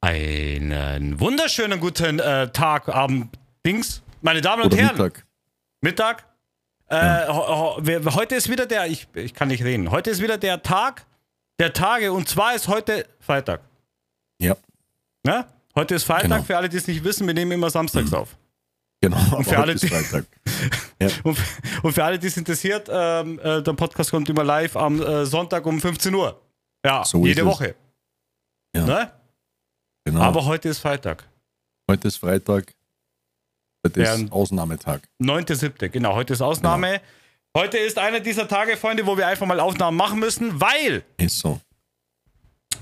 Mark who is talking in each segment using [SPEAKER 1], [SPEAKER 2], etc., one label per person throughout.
[SPEAKER 1] Einen wunderschönen guten äh, Tag, Abend, Dings. Meine Damen und
[SPEAKER 2] Oder
[SPEAKER 1] Herren,
[SPEAKER 2] Mittag.
[SPEAKER 1] Mittag. Äh, ho- ho- wir- heute ist wieder der, ich, ich kann nicht reden, heute ist wieder der Tag der Tage und zwar ist heute Freitag.
[SPEAKER 2] Ja,
[SPEAKER 1] Ne? Heute ist Freitag,
[SPEAKER 2] Genau. Mhm.
[SPEAKER 1] für alle, die es nicht wissen, wir nehmen immer samstags auf.
[SPEAKER 2] genau. aber
[SPEAKER 1] für alle,
[SPEAKER 2] heute ist
[SPEAKER 1] die-
[SPEAKER 2] Freitag.
[SPEAKER 1] Und, f- und für alle, die es interessiert, ähm, äh, der Podcast kommt immer live am äh, Sonntag um 15 Uhr. Ja,
[SPEAKER 2] So ist
[SPEAKER 1] jede
[SPEAKER 2] es.
[SPEAKER 1] Woche.
[SPEAKER 2] Ja.
[SPEAKER 1] Ne?
[SPEAKER 2] Genau.
[SPEAKER 1] Aber heute ist Freitag.
[SPEAKER 2] heute ist Freitag. Heute ist
[SPEAKER 1] Ja.
[SPEAKER 2] Ausnahmetag.
[SPEAKER 1] 9.7. Genau, heute ist Ausnahme. Heute ist einer dieser Tage, Freunde, wo wir einfach mal Aufnahmen machen müssen, weil,
[SPEAKER 2] Ist so.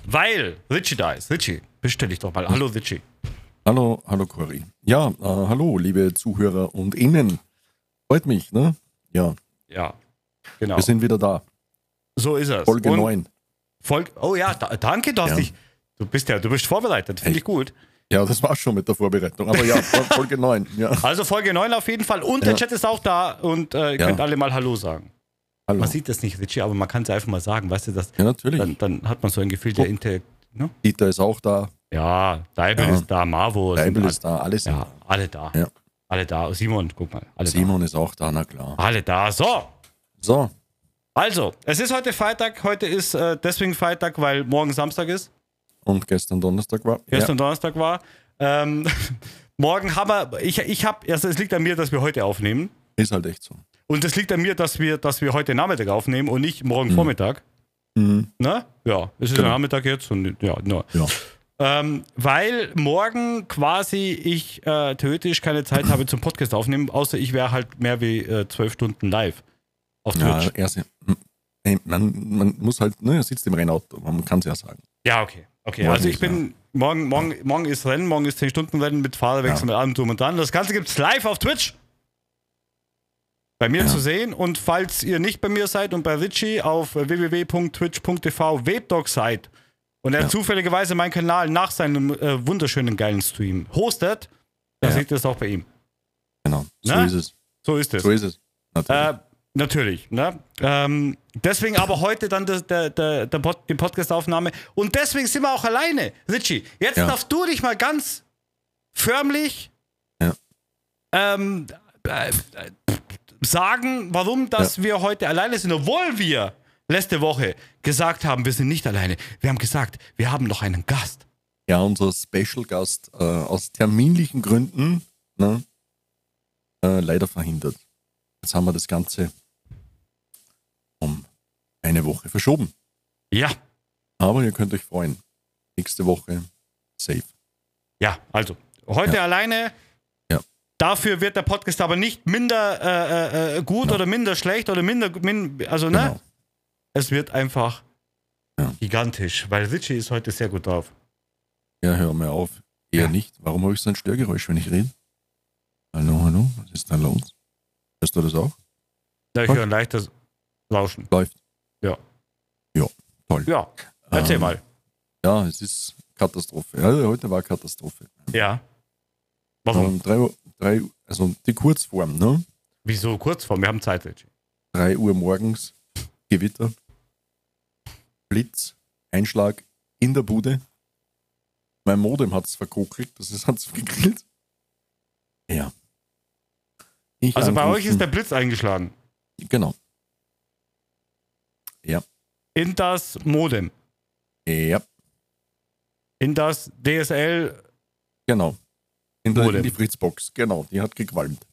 [SPEAKER 1] weil Richie da ist. Richie, bestell dich doch mal. Hallo Richie.
[SPEAKER 2] Hallo, hallo Cory. Ja, äh, hallo, liebe Zuhörer und Innen. Freut mich, ne? Ja,
[SPEAKER 1] Ja, genau.
[SPEAKER 2] wir sind wieder da.
[SPEAKER 1] So ist es.
[SPEAKER 2] Folge
[SPEAKER 1] Und
[SPEAKER 2] 9.
[SPEAKER 1] Folge, oh ja, da, danke, dass
[SPEAKER 2] Ja.
[SPEAKER 1] dich. Du bist ja, du bist vorbereitet, finde
[SPEAKER 2] Echt?
[SPEAKER 1] ich gut.
[SPEAKER 2] Ja, das war's schon mit der Vorbereitung. Aber ja, Fol- Folge 9. Ja.
[SPEAKER 1] Also Folge 9 auf jeden Fall. Und der
[SPEAKER 2] Ja.
[SPEAKER 1] Chat ist auch da und äh, ihr
[SPEAKER 2] Ja.
[SPEAKER 1] könnt alle mal Hallo sagen.
[SPEAKER 2] Hallo.
[SPEAKER 1] Man sieht das nicht, Richie, aber man kann es einfach mal sagen, weißt du, das,
[SPEAKER 2] Ja, natürlich.
[SPEAKER 1] dann, dann hat man so ein Gefühl der
[SPEAKER 2] Oh.
[SPEAKER 1] Inter. Ne?
[SPEAKER 2] Dieter ist auch da.
[SPEAKER 1] Ja, Deibel
[SPEAKER 2] Ja.
[SPEAKER 1] ist da, Marvo
[SPEAKER 2] Leibel
[SPEAKER 1] sind
[SPEAKER 2] ist da. Alles. sind
[SPEAKER 1] Ja, alle da.
[SPEAKER 2] Ja.
[SPEAKER 1] Alle da. Simon, guck mal.
[SPEAKER 2] da.
[SPEAKER 1] Alle
[SPEAKER 2] Simon ist auch da, na klar.
[SPEAKER 1] da. Alle da. So.
[SPEAKER 2] So,
[SPEAKER 1] Also, es ist heute Freitag. Heute ist äh, deswegen Freitag, weil morgen Samstag ist.
[SPEAKER 2] und gestern Donnerstag war.
[SPEAKER 1] Gestern Donnerstag war. Ähm, morgen haben wir, ich, ich habe, also es liegt an mir, dass wir heute aufnehmen.
[SPEAKER 2] Ja, ist halt echt so.
[SPEAKER 1] Und es liegt an mir, dass wir, dass wir heute Nachmittag aufnehmen und nicht morgen Vormittag.
[SPEAKER 2] Mhm.
[SPEAKER 1] Ne? Ja, es ist
[SPEAKER 2] Genau.
[SPEAKER 1] ja Nachmittag jetzt und ja, no.
[SPEAKER 2] Ja.
[SPEAKER 1] Ähm, weil morgen quasi ich äh, theoretisch keine Zeit habe zum Podcast aufnehmen, außer ich wäre halt mehr wie äh, zwölf Stunden live auf
[SPEAKER 2] Ja,
[SPEAKER 1] Twitch.
[SPEAKER 2] erst, Ey, man, man muss halt, ne, er sitzt im Rennauto, man kann es ja sagen.
[SPEAKER 1] Ja, okay. Okay,
[SPEAKER 2] Morgen
[SPEAKER 1] also ich
[SPEAKER 2] ist,
[SPEAKER 1] bin morgen, morgen, morgen ist Rennen, morgen ist 10 Stunden Rennen mit Fahrerwechsel mit allem drum und dran. Das Ganze gibt's live auf Twitch. Bei mir
[SPEAKER 2] Ja.
[SPEAKER 1] zu sehen und falls ihr nicht bei mir seid und bei Richie auf www.twitch.tv Webdog seid und er
[SPEAKER 2] Ja.
[SPEAKER 1] zufälligerweise meinen Kanal nach seinem äh, wunderschönen geilen Stream hostet, dann
[SPEAKER 2] Ja.
[SPEAKER 1] seht ihr es auch bei ihm.
[SPEAKER 2] Genau, so
[SPEAKER 1] Na?
[SPEAKER 2] ist es.
[SPEAKER 1] So ist es.
[SPEAKER 2] So ist es. Natürlich.
[SPEAKER 1] Äh, natürlich. Ne? Ähm, deswegen aber heute dann das, der, der, der Pod, die Podcast-Aufnahme. Und deswegen sind wir auch alleine. Richie, jetzt
[SPEAKER 2] Ja.
[SPEAKER 1] darfst du dich mal ganz förmlich
[SPEAKER 2] Ja.
[SPEAKER 1] ähm, äh, äh, sagen, warum dass wir heute alleine sind, obwohl wir letzte Woche gesagt haben, wir sind nicht alleine. Wir haben gesagt, wir haben noch einen Gast.
[SPEAKER 2] Ja, unser Special Gast äh, aus terminlichen Gründen ne, äh, leider verhindert. Jetzt haben wir das Ganze um eine Woche verschoben.
[SPEAKER 1] Ja,
[SPEAKER 2] Aber ihr könnt euch freuen. Nächste Woche safe.
[SPEAKER 1] ja, also heute alleine.
[SPEAKER 2] Ja.
[SPEAKER 1] Dafür wird der Podcast aber nicht minder äh, äh, äh, gut
[SPEAKER 2] Genau.
[SPEAKER 1] oder minder schlecht oder minder, min, also ne,
[SPEAKER 2] Genau.
[SPEAKER 1] es wird einfach
[SPEAKER 2] Ja.
[SPEAKER 1] gigantisch, weil Richie ist heute sehr gut drauf.
[SPEAKER 2] Genau. Ja, hör mal auf. Eher
[SPEAKER 1] Ja.
[SPEAKER 2] nicht. Warum habe ich so ein Störgeräusch, wenn ich rede? Hallo, hallo, was ist da los? Hörst du das auch?
[SPEAKER 1] Da ich
[SPEAKER 2] Was?
[SPEAKER 1] höre ein leichtes Lauschen.
[SPEAKER 2] Läuft.
[SPEAKER 1] Ja, erzähl
[SPEAKER 2] Ähm,
[SPEAKER 1] mal.
[SPEAKER 2] Ja, es ist Katastrophe. Ja, heute war Katastrophe.
[SPEAKER 1] Ja. Warum?
[SPEAKER 2] Ähm, drei, Uhr- drei, Uhr- also die Kurzform, ne?
[SPEAKER 1] Wieso kurz vor? Wir haben Zeit, Richie.
[SPEAKER 2] 3 Uhr morgens, Gewitter, Blitz, Einschlag in der Bude. Mein Modem hat es verkokelt, das ist, hat es gegrillt. Ja. Ich
[SPEAKER 1] Also bei
[SPEAKER 2] angerufen.
[SPEAKER 1] euch ist der Blitz eingeschlagen.
[SPEAKER 2] Genau.
[SPEAKER 1] In das Modem.
[SPEAKER 2] Ja,
[SPEAKER 1] In das DSL.
[SPEAKER 2] genau. In, der,
[SPEAKER 1] Modem.
[SPEAKER 2] in die Fritzbox, genau. Die hat gequalmt.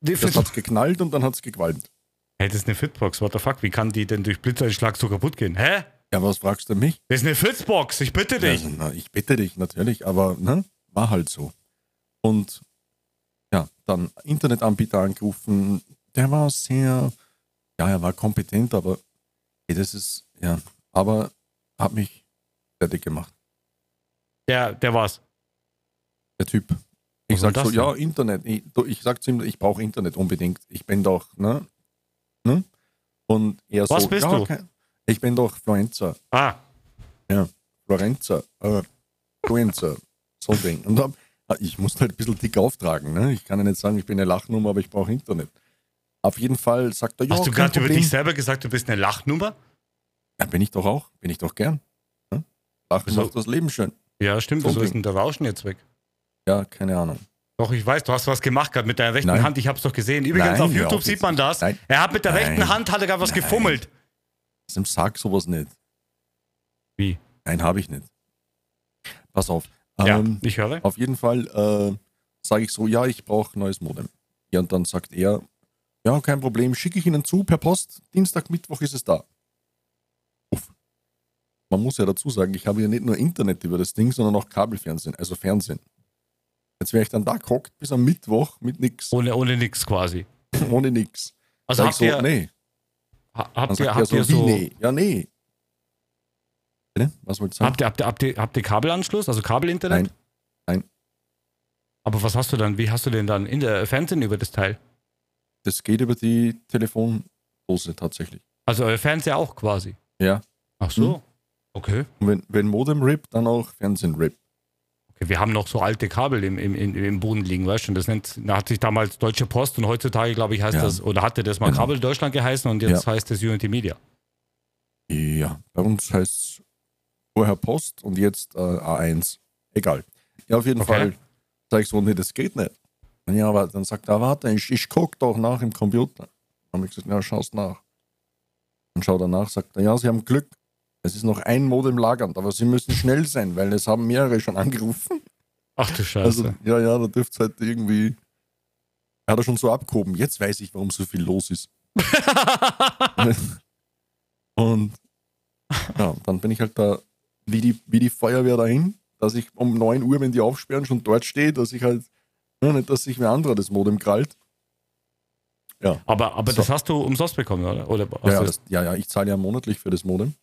[SPEAKER 1] Die
[SPEAKER 2] Das hat es geknallt und dann hat es gequalmt.
[SPEAKER 1] hey, das ist eine Fitbox. What the fuck? Wie kann die denn durch Blitzeinschlag so kaputt gehen? Hä?
[SPEAKER 2] Ja, was fragst du mich?
[SPEAKER 1] Das ist eine Fritzbox, ich bitte dich.
[SPEAKER 2] Ja, na, ich bitte dich natürlich, aber ne, war halt so. Und ja, dann Internetanbieter angerufen, der war sehr, ja, er war kompetent, aber ey, das ist, ja, aber hat mich fertig gemacht,
[SPEAKER 1] Der, der war's.
[SPEAKER 2] der Typ. Ich
[SPEAKER 1] Was war
[SPEAKER 2] sag so,
[SPEAKER 1] das denn?
[SPEAKER 2] ja, Internet. Ich, du, ich sag zu ihm, ich brauche Internet unbedingt. Ich bin doch, ne? ne? Und er so,
[SPEAKER 1] Was bist
[SPEAKER 2] ja,
[SPEAKER 1] du?
[SPEAKER 2] kein- ich bin doch Fluencer.
[SPEAKER 1] Ah,
[SPEAKER 2] Florenzer, äh, Florenzer, so ein Ding. Und hab, ich musste halt ein bisschen dick auftragen. Ne? Ich kann ja nicht sagen, ich bin eine Lachnummer, aber ich brauche Internet. Auf jeden Fall sagt er, ja,
[SPEAKER 1] hast du
[SPEAKER 2] kein
[SPEAKER 1] gerade über
[SPEAKER 2] Problem.
[SPEAKER 1] dich selber gesagt, du bist eine Lachnummer?
[SPEAKER 2] Ja, bin ich doch auch, bin ich doch gern. Ne? Lachen
[SPEAKER 1] Also-
[SPEAKER 2] macht das Leben schön.
[SPEAKER 1] Ja, stimmt.
[SPEAKER 2] So
[SPEAKER 1] Wieso ist
[SPEAKER 2] Ding.
[SPEAKER 1] denn der Rauschen jetzt weg?
[SPEAKER 2] Ja, keine Ahnung.
[SPEAKER 1] Doch, ich weiß, du hast was gemacht gerade mit deiner rechten
[SPEAKER 2] Nein.
[SPEAKER 1] Hand. Ich hab's doch gesehen. Übrigens,
[SPEAKER 2] Nein,
[SPEAKER 1] auf
[SPEAKER 2] hör
[SPEAKER 1] YouTube
[SPEAKER 2] auf
[SPEAKER 1] sieht
[SPEAKER 2] jetzt.
[SPEAKER 1] man das.
[SPEAKER 2] Nein.
[SPEAKER 1] Er hat mit der
[SPEAKER 2] Nein.
[SPEAKER 1] rechten Hand hat er gerade was
[SPEAKER 2] Nein.
[SPEAKER 1] gefummelt.
[SPEAKER 2] Sam, also sag sowas nicht.
[SPEAKER 1] Wie?
[SPEAKER 2] Nein, habe ich nicht. Pass auf.
[SPEAKER 1] Ja,
[SPEAKER 2] Ähm,
[SPEAKER 1] ich höre.
[SPEAKER 2] Auf jeden Fall äh, sage ich so, ja, ich brauche neues Modem. Ja, und dann sagt er, ja, kein Problem, schicke ich Ihnen zu per Post. Dienstag, Mittwoch ist es da. Uff. Man muss ja dazu sagen, ich habe ja nicht nur Internet über das Ding, sondern auch Kabelfernsehen, also Fernsehen. Jetzt wäre ich dann da gehockt bis am Mittwoch mit nix,
[SPEAKER 1] Ohne, ohne nix quasi.
[SPEAKER 2] ohne nix.
[SPEAKER 1] Also
[SPEAKER 2] Sag ich
[SPEAKER 1] habt
[SPEAKER 2] so,
[SPEAKER 1] ihr,
[SPEAKER 2] nee.
[SPEAKER 1] ha-
[SPEAKER 2] Dann
[SPEAKER 1] habt
[SPEAKER 2] sagt
[SPEAKER 1] ihr,
[SPEAKER 2] er
[SPEAKER 1] habt
[SPEAKER 2] so,
[SPEAKER 1] ihr
[SPEAKER 2] wie
[SPEAKER 1] so,
[SPEAKER 2] nee? Ja, nee. Bitte? Was wolltest du sagen?
[SPEAKER 1] habt ihr, habt ihr, habt ihr, habt ihr Kabelanschluss, also Kabelinternet?
[SPEAKER 2] Nein. Nein.
[SPEAKER 1] Aber was hast du dann, wie hast du denn dann in der Fernsehen über das Teil?
[SPEAKER 2] Das geht über die Telefondose tatsächlich.
[SPEAKER 1] Also euer Fernseher auch quasi?
[SPEAKER 2] Ja. Mhm.
[SPEAKER 1] Ach so. Okay.
[SPEAKER 2] Und wenn, wenn Modem RIP, dann auch Fernsehen RIP.
[SPEAKER 1] Okay, wir haben noch so alte Kabel im, im, im, im Boden liegen, weißt du? Und Das nennt, da hat sich damals Deutsche Post und heutzutage, glaube ich, heißt
[SPEAKER 2] Ja.
[SPEAKER 1] das, oder hatte das mal
[SPEAKER 2] Genau.
[SPEAKER 1] Kabel Deutschland geheißen und jetzt heißt es Unity Media.
[SPEAKER 2] Ja, bei uns heißt es vorher Post und jetzt äh, A1. Egal. Ja, auf jeden
[SPEAKER 1] Okay.
[SPEAKER 2] Fall sage ich so, nee, das geht nicht. Und ja, aber dann sagt er, ah, warte, ich, ich gucke doch nach im Computer. Dann habe ich gesagt, ja, schaust nach. Und schau danach, sagt er, ja, Sie haben Glück. Es ist noch ein Modem lagernd, aber Sie müssen schnell sein, weil es haben mehrere schon angerufen.
[SPEAKER 1] Ach du Scheiße.
[SPEAKER 2] Also, ja, ja, da dürfte es halt irgendwie. Er hat er schon so abgehoben. Jetzt weiß ich, warum so viel los ist. Und ja, dann bin ich halt da wie die, wie die Feuerwehr dahin, dass ich um 9 Uhr, wenn die aufsperren, schon dort stehe, dass ich halt, ja, nicht, dass sich mir anderer das Modem krallt. Ja.
[SPEAKER 1] aber aber
[SPEAKER 2] So.
[SPEAKER 1] das hast du umsonst bekommen, oder? oder hast
[SPEAKER 2] Ja, ja,
[SPEAKER 1] du-
[SPEAKER 2] das, ja, ja, ich zahle ja monatlich für das Modem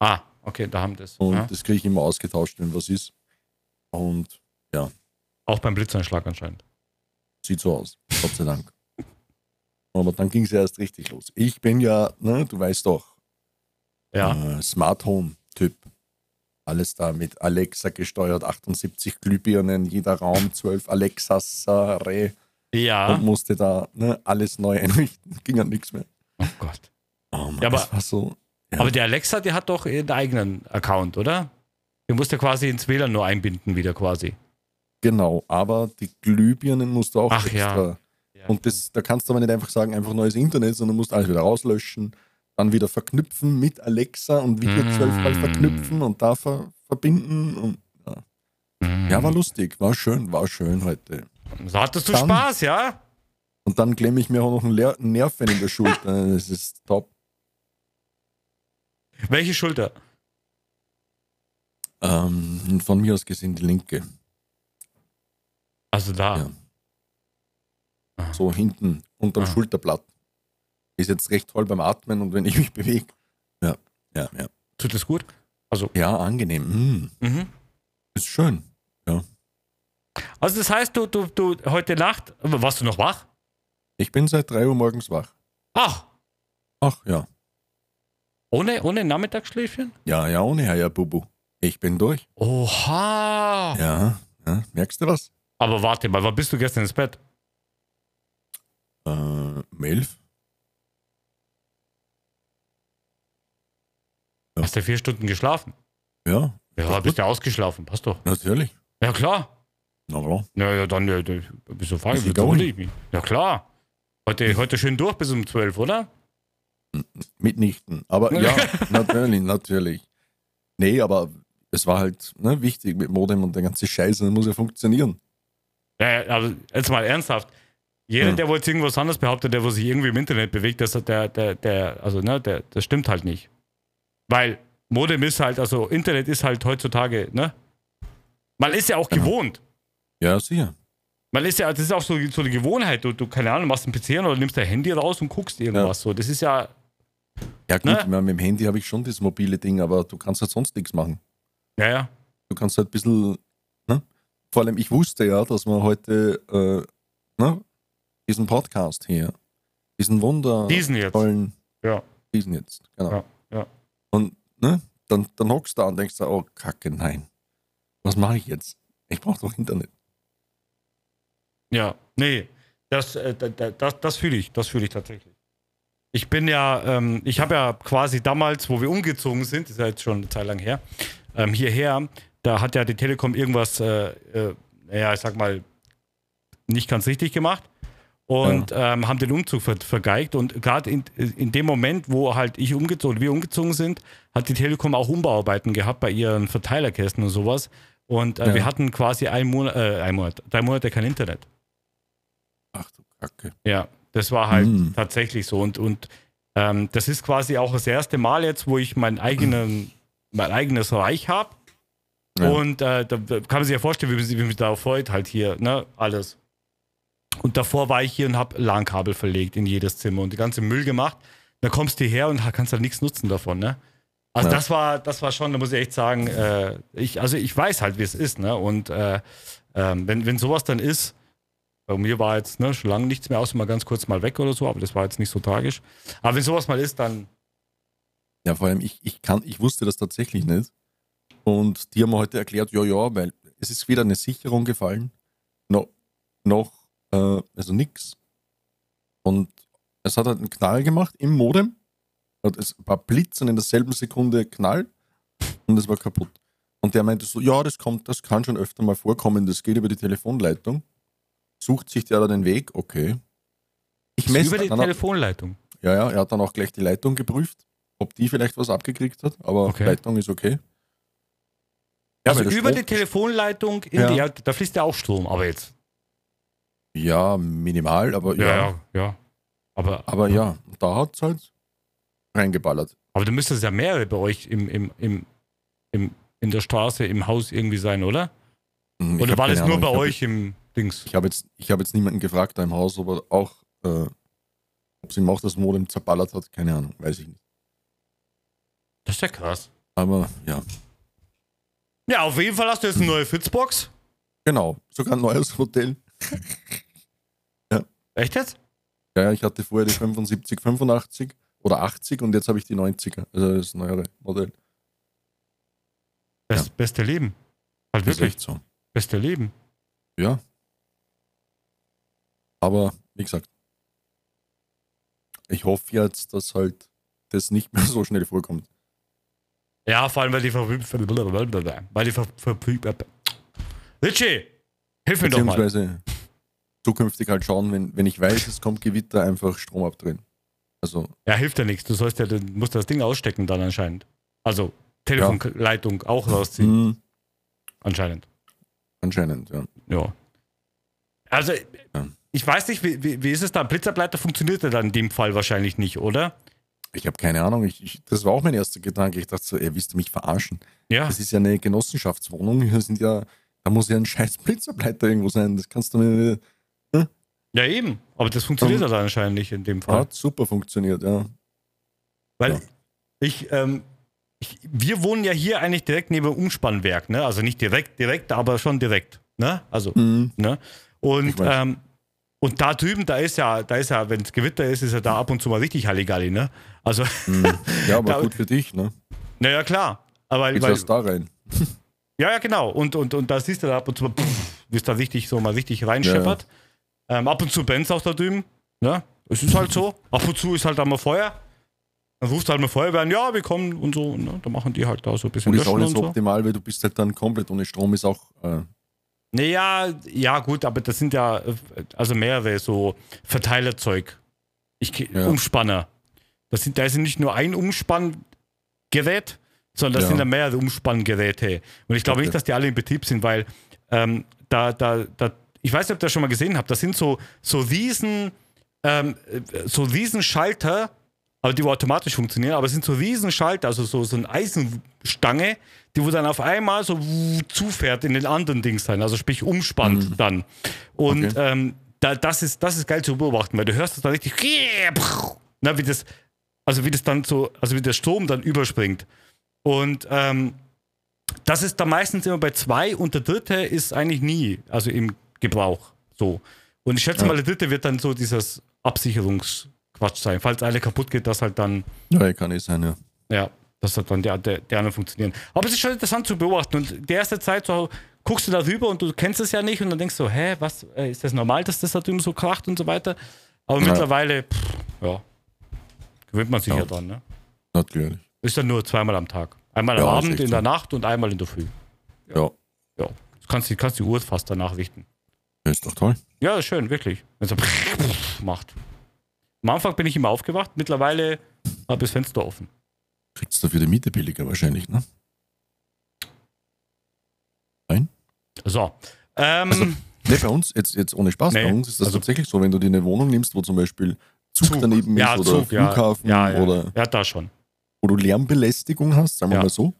[SPEAKER 1] ah, okay, da haben das.
[SPEAKER 2] und
[SPEAKER 1] Ja.
[SPEAKER 2] das kriege ich immer ausgetauscht, wenn was ist. Und
[SPEAKER 1] Auch beim Blitzeinschlag anscheinend.
[SPEAKER 2] sieht so aus, Gott sei Dank. Aber dann ging es ja erst richtig los. Ich bin ja, ne, du weißt doch,
[SPEAKER 1] Ja.
[SPEAKER 2] äh, Smart Home-Typ. Alles da mit Alexa gesteuert, 78 Glühbirnen, jeder Raum, 12 Alexas, äh, Re,
[SPEAKER 1] Ja.
[SPEAKER 2] und musste da ne, alles neu einrichten. Ging an nichts mehr.
[SPEAKER 1] Oh Gott.
[SPEAKER 2] Oh Mann,
[SPEAKER 1] Ja, aber-
[SPEAKER 2] das war so. Ja.
[SPEAKER 1] Aber der Alexa, der hat doch einen eigenen Account, oder? Den musst du quasi ins WLAN nur einbinden, wieder quasi.
[SPEAKER 2] Genau, aber die Glühbirnen musst du auch
[SPEAKER 1] Ach ja.
[SPEAKER 2] extra. Und das, da kannst du aber nicht einfach sagen, einfach neues Internet, sondern musst alles wieder rauslöschen, dann wieder verknüpfen mit Alexa und wieder
[SPEAKER 1] Mm.
[SPEAKER 2] zwölfmal verknüpfen und da ver verbinden. Und, ja. ja, war lustig, war schön, war schön heute.
[SPEAKER 1] So Mhm. hattest du
[SPEAKER 2] Dann-
[SPEAKER 1] Spaß, ja?
[SPEAKER 2] Und dann klemme ich mir auch noch einen Leer- einen Nerven in der Schulter. das ist top.
[SPEAKER 1] Welche Schulter?
[SPEAKER 2] Ähm, von mir aus gesehen die linke.
[SPEAKER 1] Also da.
[SPEAKER 2] Ja. so hinten unterm
[SPEAKER 1] Ah.
[SPEAKER 2] Schulterblatt. Ist jetzt recht toll beim Atmen und wenn ich mich bewege. Ja, ja, ja.
[SPEAKER 1] Tut das gut? Also.
[SPEAKER 2] Ja, angenehm. Hm,
[SPEAKER 1] Mhm.
[SPEAKER 2] ist schön.
[SPEAKER 1] Also das heißt, du, du, du, heute Nacht, warst du noch wach?
[SPEAKER 2] Ich bin seit 3 Uhr morgens wach.
[SPEAKER 1] Ach,
[SPEAKER 2] Ach ja.
[SPEAKER 1] ohne, ohne Nachmittagsschläfchen?
[SPEAKER 2] Ja, ja, ohne Herr ja, Bubu. Ich bin durch.
[SPEAKER 1] Oha.
[SPEAKER 2] Ja, ja. Merkst du was?
[SPEAKER 1] Aber warte mal, wann bist du gestern ins Bett?
[SPEAKER 2] Äh, Melf? Ja.
[SPEAKER 1] Hast du vier Stunden geschlafen?
[SPEAKER 2] Ja,
[SPEAKER 1] Ja, bist ja ausgeschlafen, passt doch.
[SPEAKER 2] natürlich.
[SPEAKER 1] Ja, klar.
[SPEAKER 2] Na klar.
[SPEAKER 1] Naja, dann, äh, äh, wieso frage ich,
[SPEAKER 2] Ist
[SPEAKER 1] wieso
[SPEAKER 2] egal.
[SPEAKER 1] wundere ich mich? Ja, klar. Heute, heute schön durch bis um 12, oder?
[SPEAKER 2] Mitnichten. Aber ja, natürlich, natürlich. Nee, aber es war halt ne, wichtig mit Modem und der ganze Scheiß, das muss ja funktionieren.
[SPEAKER 1] Ja, ja, aber jetzt mal ernsthaft. Jeder,
[SPEAKER 2] Ja.
[SPEAKER 1] der wohl jetzt irgendwas anderes behauptet, der, wo sich irgendwie im Internet bewegt, das, hat der, der, der, also, ne, der, das stimmt halt nicht. Weil Modem ist halt, also Internet ist halt heutzutage, ne? Man ist ja auch
[SPEAKER 2] Genau.
[SPEAKER 1] gewohnt.
[SPEAKER 2] Ja, sicher.
[SPEAKER 1] Man ist ja, das ist auch so, so eine Gewohnheit. Du, du, keine Ahnung, machst einen PC an oder nimmst dein Handy raus und guckst irgendwas. So, das ist ja,
[SPEAKER 2] Ja gut,
[SPEAKER 1] Ne?
[SPEAKER 2] ich meine, mit dem Handy habe ich schon das mobile Ding, aber du kannst halt sonst nichts machen.
[SPEAKER 1] ja, ja.
[SPEAKER 2] Du kannst halt ein bisschen, ne? Vor allem, ich wusste ja, dass wir heute äh, ne? diesen Podcast hier, diesen Wunder
[SPEAKER 1] Diesen jetzt.
[SPEAKER 2] tollen,
[SPEAKER 1] Ja.
[SPEAKER 2] diesen jetzt, genau.
[SPEAKER 1] Ja, ja.
[SPEAKER 2] Und ne? dann, dann hockst du da und denkst dir, oh Kacke, nein. Was mache ich jetzt? Ich brauche doch Internet.
[SPEAKER 1] Ja, nee, das, äh, da- da- das, das fühle ich, das fühle ich tatsächlich. Ich bin ja, ähm, ich habe ja quasi damals, wo wir umgezogen sind, ist ja jetzt schon eine Zeit lang her, ähm, hierher, Da hat ja die Telekom irgendwas, äh, äh, naja, ich sag mal, nicht ganz richtig gemacht und ähm, haben den Umzug ver vergeigt. Und gerade in, in dem Moment, wo halt ich umgezogen, wir umgezogen sind, hat die Telekom auch Umbauarbeiten gehabt bei ihren Verteilerkästen und sowas. Und äh,
[SPEAKER 2] Ja.
[SPEAKER 1] wir hatten quasi einen Monat, äh, einen Monat, drei Monate kein Internet.
[SPEAKER 2] Ach du Kacke.
[SPEAKER 1] Ja, das war halt
[SPEAKER 2] Mhm.
[SPEAKER 1] tatsächlich so. Und, und ähm, das ist quasi auch das erste Mal jetzt, wo ich mein, eigenen, mein eigenes Reich habe.
[SPEAKER 2] Ja.
[SPEAKER 1] Und äh, da da kann man sich ja vorstellen, wie man sich, wie man sich darauf freut, halt hier, ne, alles. Und davor war ich hier und habe LAN-Kabel verlegt in jedes Zimmer und den ganzen Müll gemacht. Dann kommst du her und kannst halt nichts nutzen davon, ne? Also
[SPEAKER 2] Ja.
[SPEAKER 1] das war, das war schon, da muss ich echt sagen, äh, ich, also ich weiß halt, wie es ist, ne? Und äh, ähm, wenn, wenn sowas dann ist, bei mir war jetzt ne, schon lange nichts mehr, außer mal ganz kurz mal weg oder so, aber das war jetzt nicht so tragisch. Aber wenn sowas mal ist, dann.
[SPEAKER 2] Ja, vor allem, ich, ich, kann, ich wusste das tatsächlich nicht. Und die haben mir heute erklärt, ja, ja, weil es ist weder eine Sicherung gefallen, no, noch, äh, also nix. Und es hat halt einen Knall gemacht im Modem. Hat es war Blitz und in derselben Sekunde Knall und es war kaputt. Und der meinte so, ja, das kommt, das kann schon öfter mal vorkommen, das geht über die Telefonleitung. Sucht sich der da den Weg, okay. Ich messe
[SPEAKER 1] über die
[SPEAKER 2] dann-
[SPEAKER 1] Telefonleitung.
[SPEAKER 2] ja, ja, er hat dann auch gleich die Leitung geprüft, ob die vielleicht was abgekriegt hat, aber
[SPEAKER 1] Okay.
[SPEAKER 2] Leitung ist okay. Ja,
[SPEAKER 1] also
[SPEAKER 2] weil der
[SPEAKER 1] über die
[SPEAKER 2] Strom-
[SPEAKER 1] Telefonleitung, in
[SPEAKER 2] Ja.
[SPEAKER 1] die, ja, da fließt ja auch Strom, aber jetzt.
[SPEAKER 2] Ja, minimal, aber ja.
[SPEAKER 1] ja. ja. Aber,
[SPEAKER 2] Aber ja, da hat es halt reingeballert.
[SPEAKER 1] aber da müsste es ja mehrere bei euch im, im, im, im, in der Straße, im Haus irgendwie sein, oder?
[SPEAKER 2] Hm, ich
[SPEAKER 1] Oder
[SPEAKER 2] hab
[SPEAKER 1] war
[SPEAKER 2] keine
[SPEAKER 1] das nur
[SPEAKER 2] Ahnung,
[SPEAKER 1] bei
[SPEAKER 2] ich hab
[SPEAKER 1] euch im Dings?
[SPEAKER 2] jetzt- Ich habe jetzt, ich hab jetzt niemanden gefragt da im Haus, ob er auch, äh, ob sie ihm auch das Modem zerballert hat, keine Ahnung, weiß ich nicht.
[SPEAKER 1] Das ist ja krass.
[SPEAKER 2] Aber ja,
[SPEAKER 1] Ja, auf jeden Fall hast du jetzt eine neue Fritzbox.
[SPEAKER 2] genau, sogar ein neues Hotel.
[SPEAKER 1] Echt jetzt?
[SPEAKER 2] Ja, ja, ich hatte vorher die 75, 85 oder 80 und jetzt habe ich die 90er, also das neuere Modell.
[SPEAKER 1] Das beste Leben. Halt
[SPEAKER 2] Das ist
[SPEAKER 1] wirklich,
[SPEAKER 2] echt so.
[SPEAKER 1] beste Leben.
[SPEAKER 2] Ja. Aber wie gesagt, ich hoffe jetzt, dass halt das nicht mehr so schnell vorkommt.
[SPEAKER 1] Ja, vor allem, weil die verwübt. Weil die ver- verwübt. Richie, hilf mir doch mal.
[SPEAKER 2] Beziehungsweise zukünftig halt schauen, wenn, wenn ich weiß, es kommt Gewitter, einfach Strom abdrehen. Also,
[SPEAKER 1] Ja, hilft ja nichts. Du sollst ja, du musst das Ding ausstecken dann anscheinend. Also Telefonleitung auch
[SPEAKER 2] Mhm.
[SPEAKER 1] rausziehen,
[SPEAKER 2] mh,
[SPEAKER 1] anscheinend.
[SPEAKER 2] hm, anscheinend, ja.
[SPEAKER 1] Ja. Also,
[SPEAKER 2] Ja.
[SPEAKER 1] ich weiß nicht, wie, wie, wie ist es da? Blitzableiter funktioniert ja dann in dem Fall wahrscheinlich nicht, oder?
[SPEAKER 2] Ich habe keine Ahnung, ich, ich, das war auch mein erster Gedanke. Ich dachte so, ihr wisst mich verarschen.
[SPEAKER 1] Ja.
[SPEAKER 2] Das ist ja eine Genossenschaftswohnung, hier sind ja, da muss ja ein scheiß Blitzableiter irgendwo sein. Das kannst du mir.
[SPEAKER 1] Ja, eben. Aber das funktioniert
[SPEAKER 2] Ähm,
[SPEAKER 1] ja dann anscheinend nicht in dem Fall.
[SPEAKER 2] Hat super funktioniert, ja.
[SPEAKER 1] Weil
[SPEAKER 2] Ja.
[SPEAKER 1] ich, ähm, ich, wir wohnen ja hier eigentlich direkt neben dem Umspannwerk, ne? Also nicht direkt, direkt, aber schon direkt, ne? Also,
[SPEAKER 2] Mhm.
[SPEAKER 1] ne? Und,
[SPEAKER 2] Ich weiß.
[SPEAKER 1] ähm, und da drüben, da ist ja, da ist ja, wenn es Gewitter ist, ist ja da ab und zu mal richtig Halligalli, ne? Also,
[SPEAKER 2] Mhm. Ja, aber
[SPEAKER 1] Da-
[SPEAKER 2] gut für dich, ne?
[SPEAKER 1] naja, klar. Aber weil,
[SPEAKER 2] Jetzt
[SPEAKER 1] weil,
[SPEAKER 2] erst da rein.
[SPEAKER 1] ja, ja, genau. Und, und, und da siehst du da ab und zu mal, pff, wie es da richtig so mal richtig reinscheppert. Ähm, ab und zu brennt auch da drüben, ne? Es ist halt so. Ab und zu ist halt da mal Feuer. Dann rufst du halt mal Feuerwehr an, ja, wir kommen und so. Ne? Da machen die halt da so ein bisschen
[SPEAKER 2] Und ist auch
[SPEAKER 1] löschen
[SPEAKER 2] nicht
[SPEAKER 1] und
[SPEAKER 2] so
[SPEAKER 1] so.
[SPEAKER 2] optimal, weil du bist halt dann komplett ohne Strom, ist auch. Äh,
[SPEAKER 1] Naja, ja gut, aber das sind ja äh, also mehrere so Verteilerzeug. Ich, ke-
[SPEAKER 2] Ja.
[SPEAKER 1] Umspanner. Das sind, da ist ja nicht nur ein Umspanngerät, sondern das
[SPEAKER 2] Ja.
[SPEAKER 1] sind ja mehrere Umspanngeräte. Und ich glaube
[SPEAKER 2] Okay.
[SPEAKER 1] nicht, dass die alle in Betrieb sind, weil ähm, da, da, da, ich weiß nicht, ob ihr das schon mal gesehen habt, das sind so, so riesen, ähm, äh, so riesen Schalter, aber die wo automatisch funktionieren, aber es sind so riesen Schalter, also so, so eine Eisenstange, die wo dann auf einmal so wuh, zufährt in den anderen Dings rein, also sprich umspannt dann. Und
[SPEAKER 2] Mhm. Okay.
[SPEAKER 1] ähm, da, das, ist, das ist geil zu beobachten, weil du hörst das dann richtig, na, wie das, also wie das dann so, also wie der Strom dann überspringt. Und ähm, das ist da meistens immer bei zwei und der dritte ist eigentlich nie, also im Gebrauch so. Und ich schätze
[SPEAKER 2] Ja.
[SPEAKER 1] mal, der dritte wird dann so dieses Absicherungsquatsch sein. Falls eine kaputt geht, dass halt dann,
[SPEAKER 2] ja, kann eh sein, ja.
[SPEAKER 1] ja, dass halt dann der, der, der anderen funktionieren. Aber es ist schon interessant zu beobachten. Und die erste Zeit so, guckst du da rüber und du kennst es ja nicht und dann denkst du, hä, was, äh, ist das normal, dass das da drüben so kracht und so weiter? Aber
[SPEAKER 2] Ja.
[SPEAKER 1] mittlerweile, pff, ja, gewöhnt man sich ja,
[SPEAKER 2] Ja.
[SPEAKER 1] dran, ne?
[SPEAKER 2] Natürlich.
[SPEAKER 1] Ist dann nur zweimal am Tag. Einmal
[SPEAKER 2] Ja,
[SPEAKER 1] am
[SPEAKER 2] ist
[SPEAKER 1] Abend,
[SPEAKER 2] echt
[SPEAKER 1] in der
[SPEAKER 2] so.
[SPEAKER 1] Nacht und einmal in der Früh.
[SPEAKER 2] Ja.
[SPEAKER 1] Ja. Du kannst, die- kannst die Uhr fast danach richten.
[SPEAKER 2] ja, ist doch toll.
[SPEAKER 1] Ja, ist schön, wirklich. Wenn es so macht. Am Anfang bin ich immer aufgewacht, mittlerweile habe ich das Fenster offen.
[SPEAKER 2] Kriegst dafür die Miete billiger wahrscheinlich, ne?
[SPEAKER 1] So. Ähm,
[SPEAKER 2] Also, Ne, bei uns, jetzt, jetzt ohne Spaß,
[SPEAKER 1] Nee,
[SPEAKER 2] bei uns ist das
[SPEAKER 1] also-
[SPEAKER 2] tatsächlich so, wenn du dir eine Wohnung nimmst, wo zum Beispiel Zug,
[SPEAKER 1] Zug,
[SPEAKER 2] daneben
[SPEAKER 1] ja,
[SPEAKER 2] ist oder
[SPEAKER 1] Zug, ja,
[SPEAKER 2] Flughafen
[SPEAKER 1] ja, ja.
[SPEAKER 2] oder
[SPEAKER 1] ja, da schon.
[SPEAKER 2] wo du Lärmbelästigung hast, sagen wir
[SPEAKER 1] Ja.
[SPEAKER 2] mal so,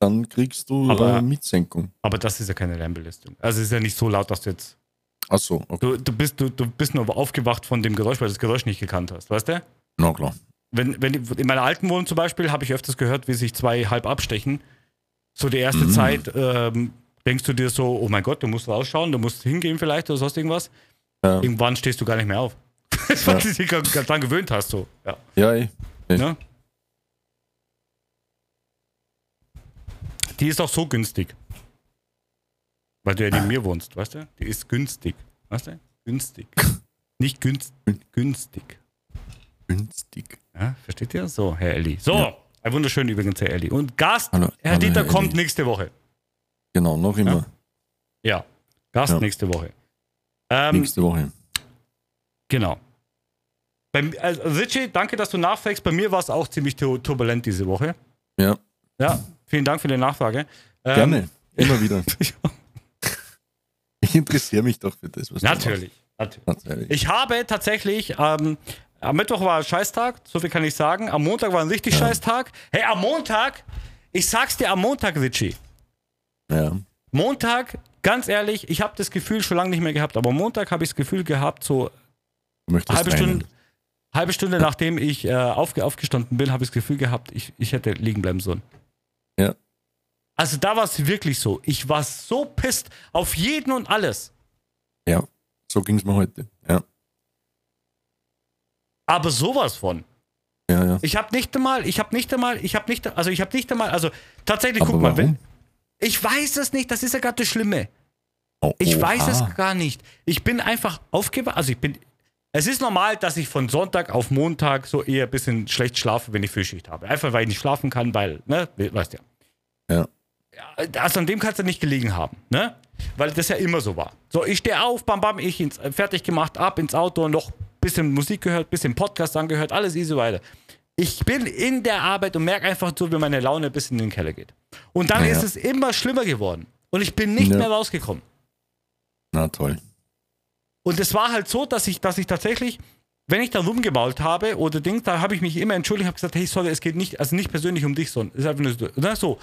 [SPEAKER 2] dann kriegst du
[SPEAKER 1] Aber-
[SPEAKER 2] äh, Mietsenkung.
[SPEAKER 1] Aber das ist ja keine Lärmbelästigung. Also es ist ja nicht so laut, dass du jetzt.
[SPEAKER 2] Achso, okay.
[SPEAKER 1] Du, du, bist, du, du bist nur aufgewacht von dem Geräusch, weil du das Geräusch nicht gekannt hast, weißt du?
[SPEAKER 2] Na klar.
[SPEAKER 1] wenn, wenn in meiner alten Wohnung zum Beispiel habe ich öfters gehört, wie sich zwei halb abstechen. So die erste
[SPEAKER 2] Mhm.
[SPEAKER 1] Zeit ähm, denkst du dir so, oh mein Gott, du musst rausschauen, du musst hingehen vielleicht oder sonst irgendwas.
[SPEAKER 2] Ja.
[SPEAKER 1] Irgendwann stehst du gar nicht mehr auf. Weil du dich gar- gar dran gewöhnt hast. So. Ja.
[SPEAKER 2] Ja, eh. ey.
[SPEAKER 1] Ne? Die ist auch so günstig. Weil du ja
[SPEAKER 2] Ah.
[SPEAKER 1] neben mir wohnst, weißt du? Die ist günstig. Weißt du? Günstig. Nicht günst, günstig.
[SPEAKER 2] günstig.
[SPEAKER 1] Ja, versteht ihr? So, Herr Elli. So, ein wunderschön übrigens, Herr Elli. Und Gast,
[SPEAKER 2] Hallo,
[SPEAKER 1] Herr
[SPEAKER 2] hallo,
[SPEAKER 1] Dieter
[SPEAKER 2] Herr
[SPEAKER 1] kommt
[SPEAKER 2] Elli.
[SPEAKER 1] nächste Woche.
[SPEAKER 2] Genau, noch immer.
[SPEAKER 1] Ja, Gast
[SPEAKER 2] Ja.
[SPEAKER 1] nächste Woche. Ähm,
[SPEAKER 2] Nächste Woche.
[SPEAKER 1] genau. Bei, mi- also, Richie, danke, dass du nachfragst. Bei mir war es auch ziemlich tu- turbulent diese Woche.
[SPEAKER 2] Ja,
[SPEAKER 1] Ja, vielen Dank für die Nachfrage. Ähm,
[SPEAKER 2] gerne. Immer wieder. Ich interessiere mich doch für das, was
[SPEAKER 1] Natürlich, natürlich.
[SPEAKER 2] du machst. Natürlich.
[SPEAKER 1] Ich habe tatsächlich, ähm, am Mittwoch war ein Scheißtag, so viel kann ich sagen. Am Montag war ein richtig Scheißtag. Hey, am Montag, ich sag's dir am Montag, Richie.
[SPEAKER 2] Ja.
[SPEAKER 1] Montag, ganz ehrlich, ich habe das Gefühl schon lange nicht mehr gehabt, aber Montag habe ich das Gefühl gehabt, so
[SPEAKER 2] Du möchtest
[SPEAKER 1] halbe
[SPEAKER 2] weinen.
[SPEAKER 1] Stunde, halbe Stunde nachdem ich äh, aufge aufgestanden bin, habe ich das Gefühl gehabt, ich, ich hätte liegen bleiben sollen.
[SPEAKER 2] Ja.
[SPEAKER 1] Also da war es wirklich so. Ich war so pisst auf jeden und alles.
[SPEAKER 2] Ja, so ging es mir heute. Ja,
[SPEAKER 1] Aber sowas von.
[SPEAKER 2] ja, ja.
[SPEAKER 1] Ich habe nicht einmal, ich habe nicht einmal, ich habe nicht, also ich habe nicht einmal, also tatsächlich,
[SPEAKER 2] Aber
[SPEAKER 1] guck mal,
[SPEAKER 2] warum?
[SPEAKER 1] wenn, ich weiß es nicht, das ist ja gerade das Schlimme.
[SPEAKER 2] Oh,
[SPEAKER 1] Ich weiß
[SPEAKER 2] oha.
[SPEAKER 1] es gar nicht. Ich bin einfach aufgewacht. Also ich bin. Es ist normal, dass ich von Sonntag auf Montag so eher ein bisschen schlecht schlafe, wenn ich Frühschicht habe. Einfach weil ich nicht schlafen kann, weil, ne, we- weißt ja.
[SPEAKER 2] Ja.
[SPEAKER 1] Ja, Also an dem kannst du nicht gelegen haben, ne? Weil das ja immer so war. So, ich stehe auf, bam, bam, ich ins, fertig gemacht, ab ins Auto, noch ein bisschen Musik gehört, bisschen Podcast angehört, alles easy weiter. Ich bin in der Arbeit und merke einfach so, wie meine Laune ein bisschen in den Keller geht. Und dann
[SPEAKER 2] Ja, ja.
[SPEAKER 1] ist es immer schlimmer geworden. Und ich bin nicht
[SPEAKER 2] Ja.
[SPEAKER 1] mehr rausgekommen.
[SPEAKER 2] Na toll.
[SPEAKER 1] Und es war halt so, dass ich, dass ich tatsächlich, wenn ich da rumgebaut habe oder Dings, da habe ich mich immer entschuldigt, habe gesagt, hey, sorry, es geht nicht, also nicht persönlich um dich, sondern es ist einfach nur so, ne, so.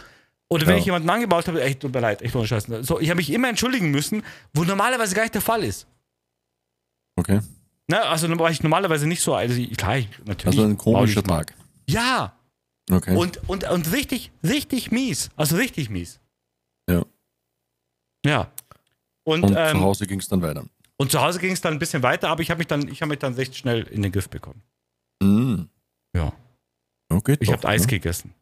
[SPEAKER 1] Oder wenn
[SPEAKER 2] Ja.
[SPEAKER 1] ich jemanden angebaut habe, echt tut mir leid, echt ohne Scheiß. ne. So, ich habe mich immer entschuldigen müssen, wo normalerweise gar nicht der Fall ist.
[SPEAKER 2] Okay.
[SPEAKER 1] Ne, also war ich normalerweise nicht so, also ich- klar, ich, natürlich.
[SPEAKER 2] Also ein
[SPEAKER 1] baue
[SPEAKER 2] komischer
[SPEAKER 1] ich mal.
[SPEAKER 2] Tag.
[SPEAKER 1] Ja,
[SPEAKER 2] Okay.
[SPEAKER 1] und, und, und richtig, richtig mies. Also richtig mies.
[SPEAKER 2] Ja.
[SPEAKER 1] Ja. Und,
[SPEAKER 2] Und zu
[SPEAKER 1] ähm,
[SPEAKER 2] Hause ging es dann weiter.
[SPEAKER 1] und zu Hause ging es dann ein bisschen weiter, aber ich habe mich, dann- ich hab mich dann recht schnell in den Griff bekommen.
[SPEAKER 2] Mm.
[SPEAKER 1] Ja.
[SPEAKER 2] Okay.
[SPEAKER 1] Ich
[SPEAKER 2] doch,
[SPEAKER 1] habe Eis
[SPEAKER 2] ne?
[SPEAKER 1] gegessen.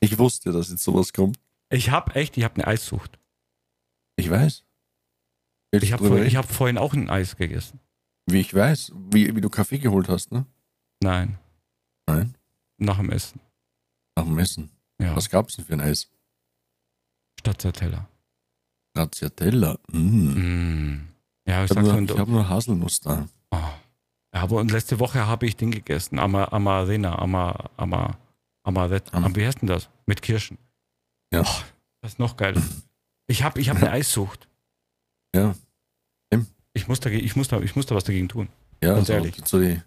[SPEAKER 2] Ich wusste, dass jetzt sowas kommt.
[SPEAKER 1] Ich habe echt, ich habe eine Eissucht.
[SPEAKER 2] Ich weiß. Willst
[SPEAKER 1] Ich
[SPEAKER 2] du
[SPEAKER 1] habe
[SPEAKER 2] drüber
[SPEAKER 1] vorhin, ich
[SPEAKER 2] reden?
[SPEAKER 1] hab vorhin auch ein Eis gegessen.
[SPEAKER 2] wie ich weiß, wie, wie du Kaffee geholt hast, ne?
[SPEAKER 1] Nein,
[SPEAKER 2] Nein.
[SPEAKER 1] nach dem Essen.
[SPEAKER 2] Nach dem Essen.
[SPEAKER 1] Ja,
[SPEAKER 2] Was gab's denn für ein Eis?
[SPEAKER 1] statt Zerteller.
[SPEAKER 2] Graziatella. Mm.
[SPEAKER 1] Mm. Ja, ich
[SPEAKER 2] Ich habe
[SPEAKER 1] sag's
[SPEAKER 2] nur, ich
[SPEAKER 1] nur.
[SPEAKER 2] hab nur Haselnuss da.
[SPEAKER 1] Oh. Ja, aber und letzte Woche habe ich den gegessen. Ama, Amarena, Ama, Ama, Amaret.
[SPEAKER 2] Am-
[SPEAKER 1] Am, wie heißt denn das? Mit Kirschen.
[SPEAKER 2] Ja.
[SPEAKER 1] Oh, das ist noch geil. Ich habe ich hab eine Eissucht.
[SPEAKER 2] Ja. Eben.
[SPEAKER 1] Ich muss, da, ich, muss da, ich muss da was dagegen tun.
[SPEAKER 2] Ja,
[SPEAKER 1] Ganz
[SPEAKER 2] so,
[SPEAKER 1] ehrlich.
[SPEAKER 2] so, die,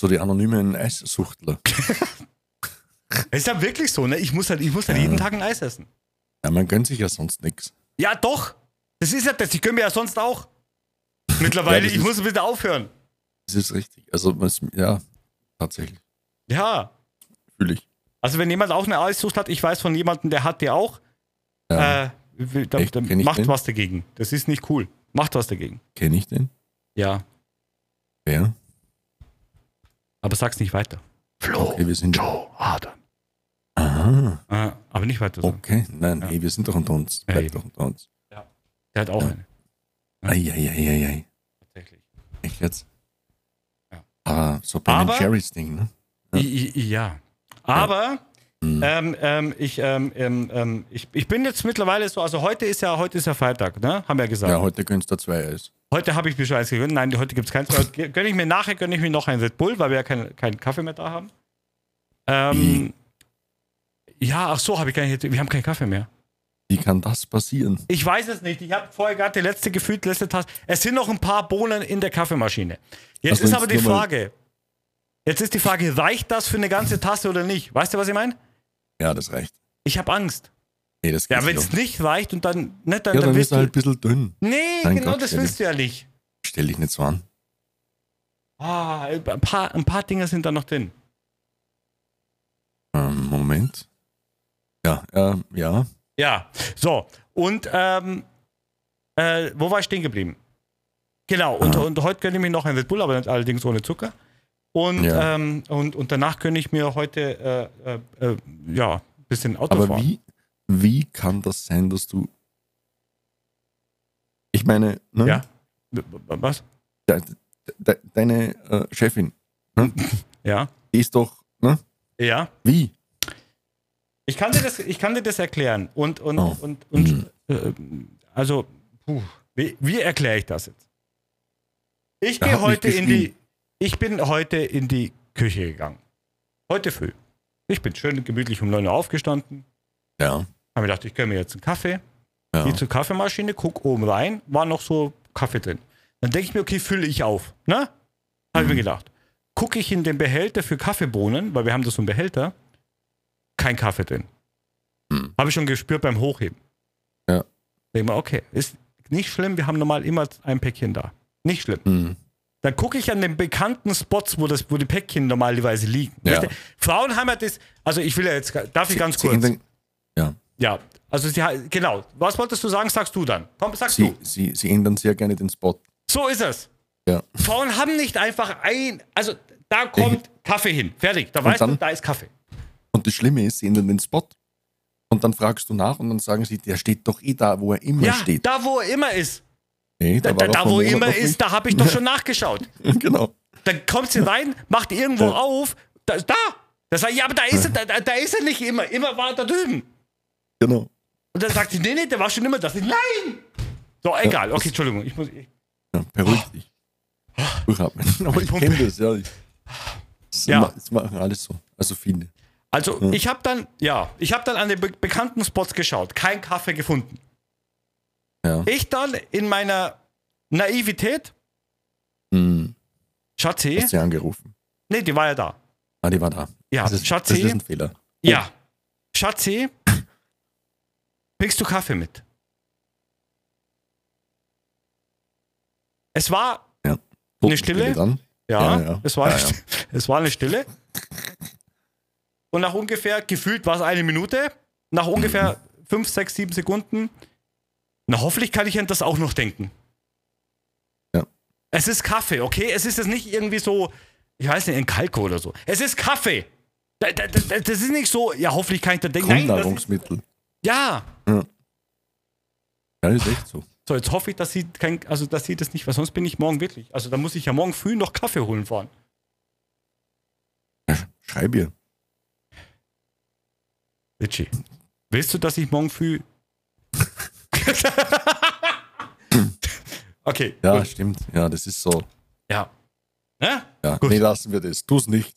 [SPEAKER 2] so die anonymen Eissuchtler.
[SPEAKER 1] Es ist ja wirklich so, ne? Ich muss halt, ich muss halt
[SPEAKER 2] Ja.
[SPEAKER 1] jeden Tag ein Eis essen.
[SPEAKER 2] Ja, man gönnt sich ja sonst nichts.
[SPEAKER 1] Ja, doch. Das ist ja das. Ich gönne mir ja sonst auch. Mittlerweile,
[SPEAKER 2] Ja, das
[SPEAKER 1] ich
[SPEAKER 2] ist-
[SPEAKER 1] muss ein bisschen aufhören.
[SPEAKER 2] Das ist richtig. Also, was, ja, tatsächlich.
[SPEAKER 1] Ja.
[SPEAKER 2] Fühle ich.
[SPEAKER 1] Also, wenn jemand auch eine Eissucht hat, ich weiß von jemandem, der hat die auch,
[SPEAKER 2] Ja,
[SPEAKER 1] äh, will- da,
[SPEAKER 2] Echt?
[SPEAKER 1] da,
[SPEAKER 2] Kenn ich
[SPEAKER 1] macht
[SPEAKER 2] den?
[SPEAKER 1] was dagegen. Das ist nicht cool. Macht was dagegen.
[SPEAKER 2] Kenne ich den?
[SPEAKER 1] Ja.
[SPEAKER 2] Wer?
[SPEAKER 1] Aber sag's nicht weiter. Flo,
[SPEAKER 2] Okay, wir sind.
[SPEAKER 1] Oh, Joe, Adam.
[SPEAKER 2] Aha.
[SPEAKER 1] Äh, aber nicht weiter. sagen.
[SPEAKER 2] Okay. Nein,
[SPEAKER 1] Ja.
[SPEAKER 2] hey, wir sind doch unter uns.
[SPEAKER 1] Ja,
[SPEAKER 2] Bleib
[SPEAKER 1] eben.
[SPEAKER 2] doch unter uns.
[SPEAKER 1] Der hat auch
[SPEAKER 2] Ja.
[SPEAKER 1] eine,
[SPEAKER 2] Eieieiei.
[SPEAKER 1] tatsächlich.
[SPEAKER 2] Echt jetzt?
[SPEAKER 1] Ja.
[SPEAKER 2] Aber so Ben
[SPEAKER 1] Aber-
[SPEAKER 2] Jerry's Ding, ne? Ja. Mhm.
[SPEAKER 1] I, I, I, ja. Aber Ähm, ähm, ich, ähm, ähm, ähm, ich, ich bin jetzt mittlerweile so, also heute ist ja, heute ist ja Freitag, ne? Haben wir gesagt.
[SPEAKER 2] Ja, heute gönnst du zwei Eis.
[SPEAKER 1] Heute habe ich mir schon eins gegönnt. Nein, heute gibt es keins. Aber ge- Gönne ich mir nachher, gönne ich mir noch ein Red Bull, weil wir ja keinen keinen Kaffee mehr da haben. Ähm, ja, ach so, habe ich gar nicht. Wir haben keinen Kaffee mehr.
[SPEAKER 2] Wie kann das passieren?
[SPEAKER 1] Ich weiß es nicht. Ich habe vorher gerade die letzte gefühlt, letzte Tasse. Es sind noch ein paar Bohnen in der Kaffeemaschine. Jetzt
[SPEAKER 2] Also
[SPEAKER 1] ist
[SPEAKER 2] jetzt
[SPEAKER 1] aber die
[SPEAKER 2] nur mal-
[SPEAKER 1] Frage. Jetzt ist die Frage, reicht das für eine ganze Tasse oder nicht? Weißt du, was ich meine?
[SPEAKER 2] Ja, das reicht.
[SPEAKER 1] Ich habe Angst.
[SPEAKER 2] Nee, das
[SPEAKER 1] Ja,
[SPEAKER 2] geht's
[SPEAKER 1] wenn es
[SPEAKER 2] nicht.
[SPEAKER 1] nicht reicht und dann nicht, dann,
[SPEAKER 2] Ja, dann
[SPEAKER 1] dann
[SPEAKER 2] ist
[SPEAKER 1] willst
[SPEAKER 2] er
[SPEAKER 1] du.
[SPEAKER 2] halt ein bisschen dünn.
[SPEAKER 1] Nee,
[SPEAKER 2] Mein
[SPEAKER 1] genau
[SPEAKER 2] Gott,
[SPEAKER 1] das
[SPEAKER 2] Jenny.
[SPEAKER 1] willst du ja nicht.
[SPEAKER 2] Stell dich nicht so an.
[SPEAKER 1] Ah, ein paar, ein paar Dinge sind da noch drin.
[SPEAKER 2] Ähm, Moment. Ja, ähm, ja.
[SPEAKER 1] Ja, so. Und ähm, äh, wo war ich stehen geblieben? Genau, und,
[SPEAKER 2] Ah.
[SPEAKER 1] und heute gönne ich mir noch ein Red Bull, aber nicht- allerdings ohne Zucker. Und,
[SPEAKER 2] Ja.
[SPEAKER 1] ähm, und, und danach gönne ich mir heute äh, äh, äh, ja, ein bisschen Auto
[SPEAKER 2] Aber
[SPEAKER 1] fahren.
[SPEAKER 2] wie, wie kann das sein, dass du. Ich meine, ne?
[SPEAKER 1] Ja. Was?
[SPEAKER 2] de, de, deine äh, Chefin,
[SPEAKER 1] Ja.
[SPEAKER 2] die ist doch. Ne?
[SPEAKER 1] Ja.
[SPEAKER 2] Wie?
[SPEAKER 1] Ich kann dir das, ich kann dir das erklären. Und, und,
[SPEAKER 2] Oh.
[SPEAKER 1] und, und
[SPEAKER 2] Mhm.
[SPEAKER 1] äh, also, puh, wie, wie erkläre ich das jetzt? Ich
[SPEAKER 2] Da
[SPEAKER 1] gehe
[SPEAKER 2] hat mich
[SPEAKER 1] heute in die,
[SPEAKER 2] geschrien.
[SPEAKER 1] ich bin heute in die Küche gegangen. Heute früh. Ich bin schön gemütlich um 9 Uhr aufgestanden.
[SPEAKER 2] Ja.
[SPEAKER 1] Habe mir gedacht, ich gönne mir jetzt einen Kaffee.
[SPEAKER 2] ja.
[SPEAKER 1] Gehe zur Kaffeemaschine, guck oben rein, war noch so Kaffee drin. Dann denke ich mir, okay, fülle ich auf. Ne? Habe ich
[SPEAKER 2] Mhm.
[SPEAKER 1] mir gedacht. Gucke ich in den Behälter für Kaffeebohnen, weil wir haben das so einen Behälter, kein Kaffee drin.
[SPEAKER 2] Mhm.
[SPEAKER 1] Habe ich schon gespürt beim Hochheben.
[SPEAKER 2] Ja.
[SPEAKER 1] Denke mal, okay, ist nicht schlimm, wir haben normal immer ein Päckchen da. Nicht schlimm.
[SPEAKER 2] Hm.
[SPEAKER 1] Dann gucke ich an den bekannten Spots, wo, das, wo die Päckchen normalerweise liegen.
[SPEAKER 2] Ja.
[SPEAKER 1] Weißt du, Frauenheim hat das, also ich will ja jetzt, darf ich ganz
[SPEAKER 2] Sie-
[SPEAKER 1] kurz?
[SPEAKER 2] Sie,
[SPEAKER 1] ja, also sie, ha- genau. Was wolltest du sagen, sagst du dann. Komm, sagst du.
[SPEAKER 2] sie, sie, sie ändern sehr gerne den Spot.
[SPEAKER 1] So ist es.
[SPEAKER 2] Ja.
[SPEAKER 1] Frauen haben nicht einfach ein, also da kommt Kaffee hin. Fertig. Da
[SPEAKER 2] Und
[SPEAKER 1] weißt du,
[SPEAKER 2] dann?
[SPEAKER 1] da ist Kaffee.
[SPEAKER 2] Und das Schlimme ist, sie ändern den Spot. Und dann fragst du nach und dann sagen sie, der steht doch eh da, wo er immer
[SPEAKER 1] Ja,
[SPEAKER 2] steht.
[SPEAKER 1] da wo er immer ist.
[SPEAKER 2] nee,
[SPEAKER 1] Da, da,
[SPEAKER 2] war doch
[SPEAKER 1] da
[SPEAKER 2] vor
[SPEAKER 1] wo er
[SPEAKER 2] einem
[SPEAKER 1] immer
[SPEAKER 2] Monat noch
[SPEAKER 1] ist, da habe ich doch schon nachgeschaut.
[SPEAKER 2] nicht- genau.
[SPEAKER 1] Dann kommt sie rein, macht irgendwo
[SPEAKER 2] Ja.
[SPEAKER 1] auf. Da, da. Da sag ich, ja, aber da ist er, da- da, da ist er nicht immer. Immer war er da drüben.
[SPEAKER 2] Genau.
[SPEAKER 1] Und dann sagt sie, nee, nee, der war schon immer da. Ich, Nein! So, egal.
[SPEAKER 2] das-
[SPEAKER 1] Okay, Entschuldigung. Ich muss, ich,
[SPEAKER 2] Ja, beruhig dich. Durchatmen. Aber ich
[SPEAKER 1] Pumpe.
[SPEAKER 2] kenne das, ja. Ich, das,
[SPEAKER 1] Ja.
[SPEAKER 2] ma- das machen alles so. Also viele.
[SPEAKER 1] also, ich habe dann, ja, ich habe dann an den be bekannten Spots geschaut. Kein Kaffee gefunden.
[SPEAKER 2] Ja.
[SPEAKER 1] Ich dann in meiner Naivität,
[SPEAKER 2] Hm,
[SPEAKER 1] Schatzi,
[SPEAKER 2] hast sie angerufen.
[SPEAKER 1] nee, die war ja da.
[SPEAKER 2] Ah, die war da.
[SPEAKER 1] Ja,
[SPEAKER 2] das ist, das
[SPEAKER 1] Schatzi.
[SPEAKER 2] ist ein Fehler.
[SPEAKER 1] Ja. Schatzi, bringst du Kaffee mit? Es war,
[SPEAKER 2] Ja.
[SPEAKER 1] Eine Stille?
[SPEAKER 2] Dann.
[SPEAKER 1] ja,
[SPEAKER 2] Ja, ja.
[SPEAKER 1] Es, war
[SPEAKER 2] Ja, ja.
[SPEAKER 1] es war eine Stille. Und nach ungefähr, gefühlt war es eine Minute, nach ungefähr fünf, sechs, sieben Sekunden, na hoffentlich kann ich an das auch noch denken.
[SPEAKER 2] Ja.
[SPEAKER 1] Es ist Kaffee, okay? Es ist jetzt nicht irgendwie so, ich weiß nicht, in Kalko oder so. Es ist Kaffee. Da- da- da- Das ist nicht so, ja, hoffentlich kann ich da denken. Nein, das ist,
[SPEAKER 2] Grundnahrungsmittel.
[SPEAKER 1] ja.
[SPEAKER 2] Ja, ist echt so.
[SPEAKER 1] So, jetzt hoffe ich, dass sie kein, also dass sie das nicht, weil sonst bin ich morgen wirklich. Also da muss ich ja morgen früh noch Kaffee holen fahren.
[SPEAKER 2] Ja, sch- Schreib ihr.
[SPEAKER 1] Richie, willst du, dass ich morgen früh. okay,
[SPEAKER 2] Ja,
[SPEAKER 1] gut.
[SPEAKER 2] stimmt. Ja, das ist so.
[SPEAKER 1] Ja. Ne?
[SPEAKER 2] Ja.
[SPEAKER 1] Gut.
[SPEAKER 2] Nee, lassen wir das. Tu's nicht.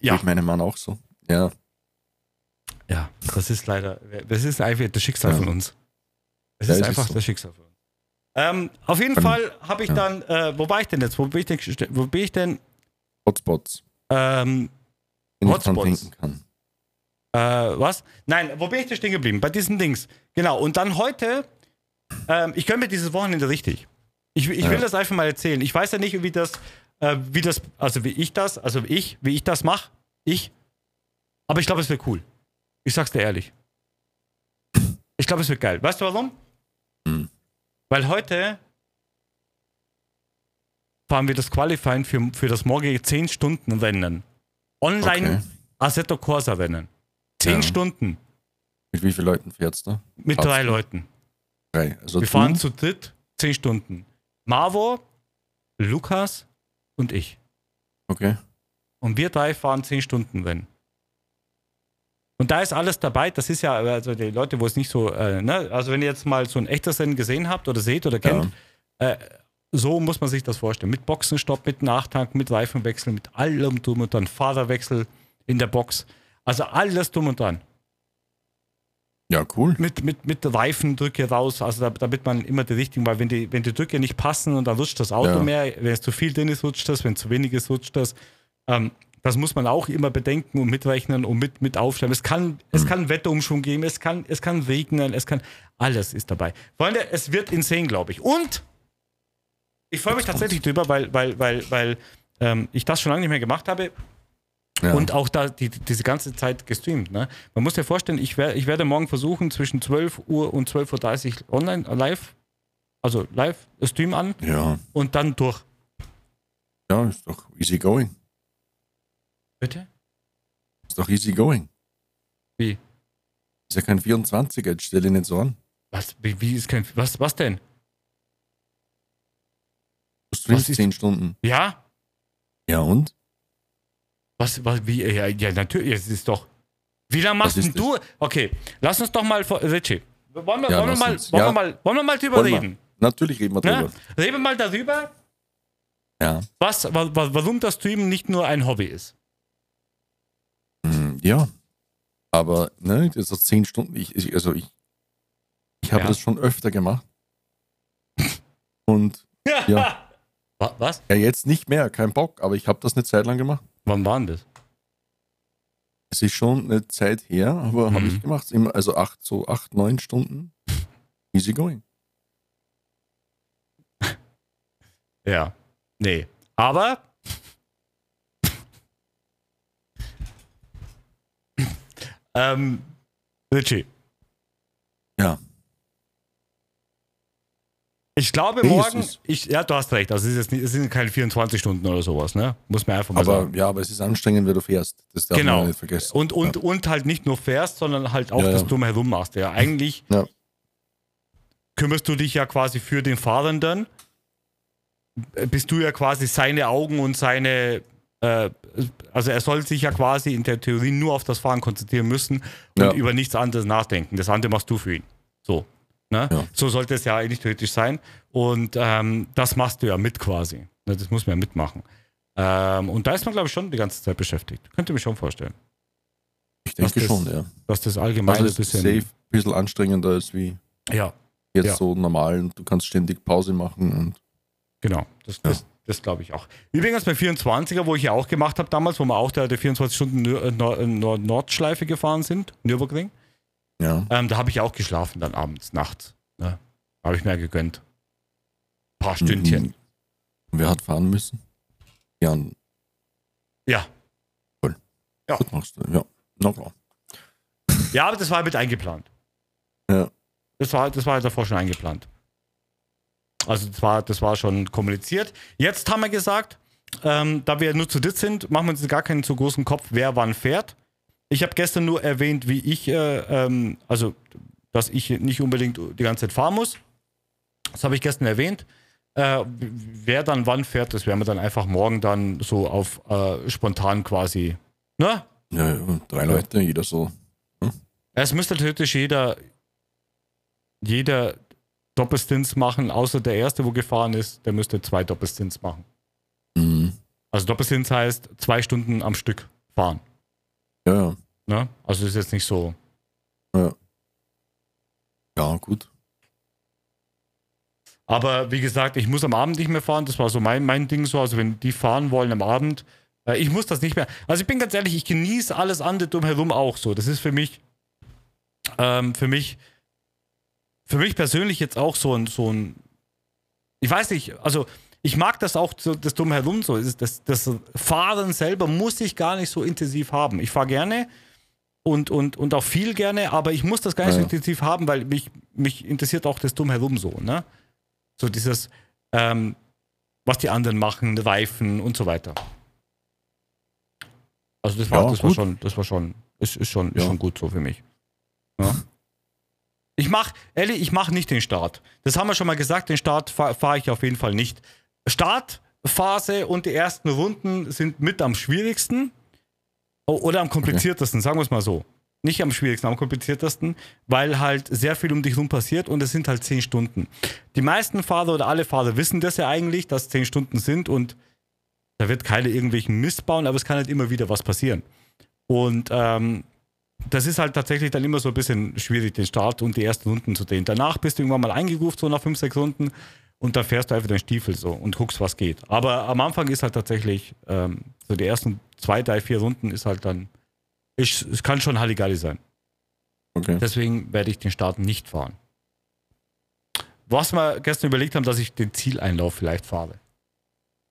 [SPEAKER 1] Ja.
[SPEAKER 2] Ich meinem Mann auch so. Ja.
[SPEAKER 1] Ja, das ist leider, das ist einfach das Schicksal
[SPEAKER 2] Ja.
[SPEAKER 1] von uns. Es
[SPEAKER 2] Ja,
[SPEAKER 1] ist
[SPEAKER 2] es ist
[SPEAKER 1] einfach
[SPEAKER 2] so.
[SPEAKER 1] das Schicksal von uns. Ähm, auf jeden
[SPEAKER 2] Ähm,
[SPEAKER 1] Fall habe ich
[SPEAKER 2] ja.
[SPEAKER 1] dann, äh, wo war ich denn jetzt? Wo bin ich denn, geste- wo bin ich denn,
[SPEAKER 2] Hotspots.
[SPEAKER 1] ähm,
[SPEAKER 2] Wenn ich
[SPEAKER 1] Hotspots.
[SPEAKER 2] dran denken kann.
[SPEAKER 1] äh, was? Nein, wo bin ich denn stehen geblieben? Bei diesen Dings. Genau, und dann heute, ähm, ich gönne mir dieses Wochenende richtig. Ich, ich will
[SPEAKER 2] Ja.
[SPEAKER 1] das einfach mal erzählen. Ich weiß ja nicht, wie das, äh, wie das, also wie ich das, also wie ich, wie ich das mache. Ich. Aber ich glaube, es wird cool. Ich sag's dir ehrlich. Ich glaube, es wird geil. Weißt du warum?
[SPEAKER 2] Hm.
[SPEAKER 1] Weil heute fahren wir das Qualifying für, für das morgige 10-Stunden-Rennen. Online
[SPEAKER 2] Okay.
[SPEAKER 1] Assetto Corsa-Rennen. 10
[SPEAKER 2] Ja.
[SPEAKER 1] Stunden
[SPEAKER 2] Mit wie vielen Leuten fährst du?
[SPEAKER 1] mit
[SPEAKER 2] Passt.
[SPEAKER 1] drei Leuten.
[SPEAKER 2] Drei. Also
[SPEAKER 1] Wir
[SPEAKER 2] du,
[SPEAKER 1] fahren zu dritt 10 Stunden. Marvo, Lukas und ich.
[SPEAKER 2] Okay.
[SPEAKER 1] Und wir drei fahren 10 Stunden Rennen. Und da ist alles dabei. Das ist ja, also die Leute, wo es nicht so, äh, ne? also wenn ihr jetzt mal so ein echtes Rennen gesehen habt oder seht oder kennt, äh, so muss man sich das vorstellen. Mit Boxenstopp, mit Nachtank, mit Reifenwechsel, mit allem drum und dran. Fahrerwechsel in der Box. Also alles drum und dran.
[SPEAKER 2] Ja, cool.
[SPEAKER 1] Mit, mit, mit Reifendrücke raus, also da, damit man immer die richtigen, weil wenn die, wenn die Drücke nicht passen und dann rutscht das Auto
[SPEAKER 2] Ja.
[SPEAKER 1] mehr, wenn es zu viel drin ist, rutscht das, wenn zu wenig ist, rutscht das. Ähm, das muss man auch immer bedenken und mitrechnen und mit, mit aufschreiben. Es kann, es kann Wetterumschwung geben, es kann, es kann regnen, es kann, alles ist dabei. Freunde, es wird insane, glaube ich. Und ich freue mich tatsächlich drüber, weil, weil, weil, weil ähm, ich das schon lange nicht mehr gemacht habe.
[SPEAKER 2] Ja.
[SPEAKER 1] Und auch da die, die- diese ganze Zeit gestreamt. Ne? Man muss dir vorstellen, ich, wer, ich werde morgen versuchen, zwischen 12 Uhr und 12.30 Uhr online, äh, live, also live, äh, Stream an
[SPEAKER 2] Ja,
[SPEAKER 1] und dann durch.
[SPEAKER 2] ja, ist doch easy going.
[SPEAKER 1] Bitte?
[SPEAKER 2] Ist doch easy going.
[SPEAKER 1] Wie?
[SPEAKER 2] Ist ja kein 24er, jetzt stell ihn nicht so an.
[SPEAKER 1] Was, wie, wie ist kein, was, was denn?
[SPEAKER 2] Du
[SPEAKER 1] Was
[SPEAKER 2] streamst
[SPEAKER 1] ist-
[SPEAKER 2] 10 Stunden.
[SPEAKER 1] Ja?
[SPEAKER 2] Ja, und?
[SPEAKER 1] Was, was, wie, ja, ja natürlich, es ist doch. Wie lange machst
[SPEAKER 2] Was
[SPEAKER 1] denn
[SPEAKER 2] ist
[SPEAKER 1] du? Okay, lass uns doch mal, vor, Richie, wollen wir,
[SPEAKER 2] Ja,
[SPEAKER 1] wollen wir
[SPEAKER 2] lass
[SPEAKER 1] mal,
[SPEAKER 2] uns.
[SPEAKER 1] wollen
[SPEAKER 2] Ja.
[SPEAKER 1] wir mal, wollen wir mal drüber
[SPEAKER 2] Wollen wir.
[SPEAKER 1] reden?
[SPEAKER 2] Natürlich reden wir
[SPEAKER 1] Ne?
[SPEAKER 2] drüber.
[SPEAKER 1] Reden wir mal darüber,
[SPEAKER 2] Ja.
[SPEAKER 1] was, wa, wa, warum das Streamen nicht nur ein Hobby ist.
[SPEAKER 2] Mm, Ja. Aber, ne, das ist 10 Stunden. Ich, ich, also, ich, ich habe
[SPEAKER 1] Ja.
[SPEAKER 2] das schon öfter gemacht. Und Ja.
[SPEAKER 1] Wa, was?
[SPEAKER 2] ja, jetzt nicht mehr, kein Bock, aber ich habe das eine Zeit lang gemacht.
[SPEAKER 1] Wann waren das?
[SPEAKER 2] Es ist schon eine Zeit her, aber habe
[SPEAKER 1] Mhm.
[SPEAKER 2] ich gemacht. Immer, also acht, so acht, neun Stunden. Easy going.
[SPEAKER 1] Ja. Nee. Aber. ähm, Richie.
[SPEAKER 2] Ja.
[SPEAKER 1] Ich glaube,
[SPEAKER 2] Nee, es
[SPEAKER 1] morgen.
[SPEAKER 2] ist-
[SPEAKER 1] Ich, ja, du hast recht. Also, es, ist jetzt nicht, es sind keine 24 Stunden oder sowas, ne? Muss man einfach mal
[SPEAKER 2] Aber
[SPEAKER 1] sagen.
[SPEAKER 2] ja, aber es ist anstrengend, wenn du fährst. Das darf
[SPEAKER 1] Genau.
[SPEAKER 2] man nicht vergessen.
[SPEAKER 1] Und, und, und halt nicht nur fährst, sondern halt auch
[SPEAKER 2] Ja,
[SPEAKER 1] das
[SPEAKER 2] ja.
[SPEAKER 1] Drumherum machst. Ja, eigentlich
[SPEAKER 2] Ja.
[SPEAKER 1] kümmerst du dich ja quasi für den Fahrenden. Bist du ja quasi seine Augen und seine. Äh, also, er soll sich ja quasi in der Theorie nur auf das Fahren konzentrieren müssen und
[SPEAKER 2] Ja.
[SPEAKER 1] über nichts anderes nachdenken. Das andere machst du für ihn. So. Ne?
[SPEAKER 2] Ja.
[SPEAKER 1] So sollte es ja eigentlich theoretisch sein. Und ähm, das machst du ja mit quasi. Ne, Das muss man ja mitmachen. Ähm, und da ist man, glaube ich, schon die ganze Zeit beschäftigt. Könnte mir schon vorstellen,
[SPEAKER 2] Ich denke
[SPEAKER 1] das-
[SPEAKER 2] schon, ja.
[SPEAKER 1] dass das allgemein
[SPEAKER 2] Also
[SPEAKER 1] ein
[SPEAKER 2] es ist
[SPEAKER 1] bisschen.
[SPEAKER 2] safe ein bisschen anstrengender als wie
[SPEAKER 1] Ja,
[SPEAKER 2] jetzt
[SPEAKER 1] Ja.
[SPEAKER 2] so normal und du kannst ständig Pause machen und
[SPEAKER 1] genau. Das, das, das glaube ich auch. Übrigens bei 24er, wo ich ja auch gemacht habe damals, wo wir auch da die 24 Stunden Nür- äh, Nor- äh, Nor- Nordschleife gefahren sind, Nürburgring,
[SPEAKER 2] ja.
[SPEAKER 1] ähm, da habe ich auch geschlafen dann abends, nachts. Ne? Habe ich mir gegönnt. paar Stündchen.
[SPEAKER 2] Mhm. Und Wer hat fahren müssen? Ja, und
[SPEAKER 1] Ja.
[SPEAKER 2] das machst du. Ja, na klar.
[SPEAKER 1] Ja, aber das war mit eingeplant.
[SPEAKER 2] Ja.
[SPEAKER 1] Das war, das war davor schon eingeplant. Also das war, das war schon kommuniziert. Jetzt haben wir gesagt, ähm, da wir nur zu dritt sind, machen wir uns gar keinen zu großen Kopf, wer wann fährt. Ich habe gestern nur erwähnt, wie ich, äh, ähm, also dass ich nicht unbedingt die ganze Zeit fahren muss. Das habe ich gestern erwähnt. Äh, wer dann wann fährt, das werden wir dann einfach morgen dann so auf äh, spontan quasi. Ne?
[SPEAKER 2] Ja, ja, drei Leute, jeder so.
[SPEAKER 1] Es müsste halt theoretisch jeder, jeder Doppelstins machen, außer der erste, wo gefahren ist, der müsste zwei Doppelstins machen.
[SPEAKER 2] Mhm.
[SPEAKER 1] Also Doppelstins heißt zwei Stunden am Stück fahren.
[SPEAKER 2] Ja, ja.
[SPEAKER 1] Ne? Also ist jetzt nicht so.
[SPEAKER 2] Ja, gut.
[SPEAKER 1] Aber wie gesagt, ich muss am Abend nicht mehr fahren. Das war so mein, mein Ding so. Also wenn die fahren wollen am Abend, äh, ich muss das nicht mehr. Also ich bin ganz ehrlich, ich genieße alles andere drumherum auch so. Das ist für mich, ähm, für mich, für mich persönlich jetzt auch so ein, so ein, ich weiß nicht, also ich mag das auch, so, das drumherum so. Es ist Das, das Fahren selber muss ich gar nicht so intensiv haben. Ich fahre gerne und, und, und auch viel gerne, aber ich muss das gar nicht
[SPEAKER 2] Ja.
[SPEAKER 1] so intensiv haben, weil mich, mich interessiert auch das drumherum so, ne? So dieses, ähm, was die anderen machen, Reifen und so weiter. Also das war,
[SPEAKER 2] Ja,
[SPEAKER 1] das war
[SPEAKER 2] gut.
[SPEAKER 1] schon, das war schon, ist, ist schon, ist
[SPEAKER 2] Ja.
[SPEAKER 1] schon gut so für mich. Ja. Ich mach, ehrlich, ich mach nicht den Start. Das haben wir schon mal gesagt, den Start fahre fahr ich auf jeden Fall nicht. Startphase und die ersten Runden sind mit am schwierigsten o- oder am kompliziertesten, sagen wir es mal so. Nicht am schwierigsten, am kompliziertesten, weil halt sehr viel um dich rum passiert und es sind halt zehn Stunden. Die meisten Fahrer oder alle Fahrer wissen das ja eigentlich, dass zehn Stunden sind und da wird keiner irgendwelchen Mist bauen, aber es kann halt immer wieder was passieren. Und ähm, das ist halt tatsächlich dann immer so ein bisschen schwierig, den Start und die ersten Runden zu drehen. Danach bist du irgendwann mal eingeruft, so nach fünf, sechs Runden, und da fährst du einfach den Stiefel so und guckst, was geht. Aber am Anfang ist halt tatsächlich, ähm, so die ersten zwei, drei, vier Runden ist halt dann, ich, es kann schon Halligalli sein.
[SPEAKER 2] Okay.
[SPEAKER 1] Deswegen werde ich den Start nicht fahren. Was wir gestern überlegt haben, dass ich den Zieleinlauf vielleicht fahre.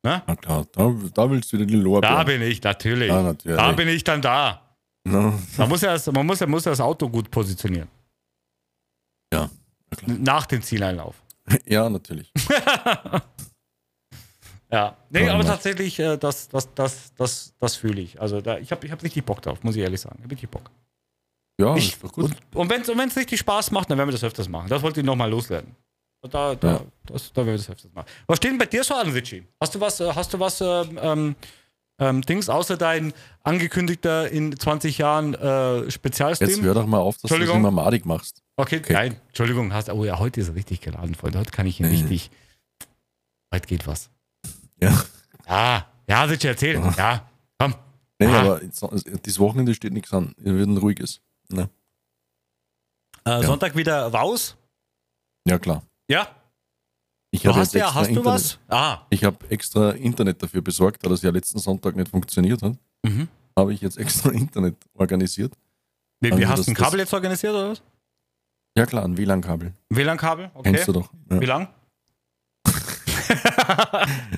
[SPEAKER 2] Na klar, da, da willst du wieder die Lorbeeren.
[SPEAKER 1] Da bin ich, natürlich.
[SPEAKER 2] Ja, natürlich.
[SPEAKER 1] Da bin ich dann da.
[SPEAKER 2] Na,
[SPEAKER 1] Man muss ja das, man muss ja, muss ja das Auto gut positionieren.
[SPEAKER 2] Ja,
[SPEAKER 1] Nach dem Zieleinlauf.
[SPEAKER 2] ja, natürlich.
[SPEAKER 1] Ja. Nee,
[SPEAKER 2] Ja, genau.
[SPEAKER 1] aber
[SPEAKER 2] immer.
[SPEAKER 1] tatsächlich, äh, das, das, das, das, das fühle ich. Also da, ich habe ich hab richtig Bock drauf, muss ich ehrlich sagen. Ich hab richtig Bock.
[SPEAKER 2] Ja,
[SPEAKER 1] Ich-
[SPEAKER 2] ist doch Oh, gut.
[SPEAKER 1] Und wenn es und wenn's richtig Spaß macht, dann werden wir das öfters machen. Das wollte ich nochmal loslernen. Und Da, da,
[SPEAKER 2] Ja.
[SPEAKER 1] das, da werden wir das öfters machen. Was steht denn bei dir so an, Richie? Hast du was, äh, hast du was ähm, ähm, ähm, Dings, außer dein angekündigter in 20 Jahren äh,
[SPEAKER 2] Jetzt
[SPEAKER 1] Spezialstream?
[SPEAKER 2] hör doch mal auf, dass du das
[SPEAKER 1] Entschuldigung.
[SPEAKER 2] immer madig machst.
[SPEAKER 1] Okay,
[SPEAKER 2] Okay.
[SPEAKER 1] nein, Entschuldigung, hast, oh ja, heute ist er richtig geladen, Freunde. Heute kann ich ihn
[SPEAKER 2] Mhm.
[SPEAKER 1] richtig. Heute geht was.
[SPEAKER 2] Ja.
[SPEAKER 1] Ja, ja, Richie, erzähl. Ja, komm.
[SPEAKER 2] Nee,
[SPEAKER 1] Ah.
[SPEAKER 2] aber jetzt, dieses Wochenende steht nichts an. Es wird ein ruhiges. Ne?
[SPEAKER 1] Äh, Sonntag wieder raus.
[SPEAKER 2] Ja, klar.
[SPEAKER 1] Ja,
[SPEAKER 2] Ich
[SPEAKER 1] du
[SPEAKER 2] habe
[SPEAKER 1] hast
[SPEAKER 2] jetzt
[SPEAKER 1] ja,
[SPEAKER 2] extra
[SPEAKER 1] hast du
[SPEAKER 2] Internet.
[SPEAKER 1] was? Ah,
[SPEAKER 2] Ich habe extra Internet dafür besorgt, da das ja letzten Sonntag nicht funktioniert hat.
[SPEAKER 1] mhm.
[SPEAKER 2] Habe ich jetzt extra Internet organisiert.
[SPEAKER 1] Wie, wie
[SPEAKER 2] Also
[SPEAKER 1] hast
[SPEAKER 2] das-
[SPEAKER 1] du ein
[SPEAKER 2] das-
[SPEAKER 1] Kabel jetzt organisiert oder was?
[SPEAKER 2] Ja, klar, ein WLAN-Kabel.
[SPEAKER 1] WLAN-Kabel, okay.
[SPEAKER 2] Kennst du doch. Ja.
[SPEAKER 1] Wie lang?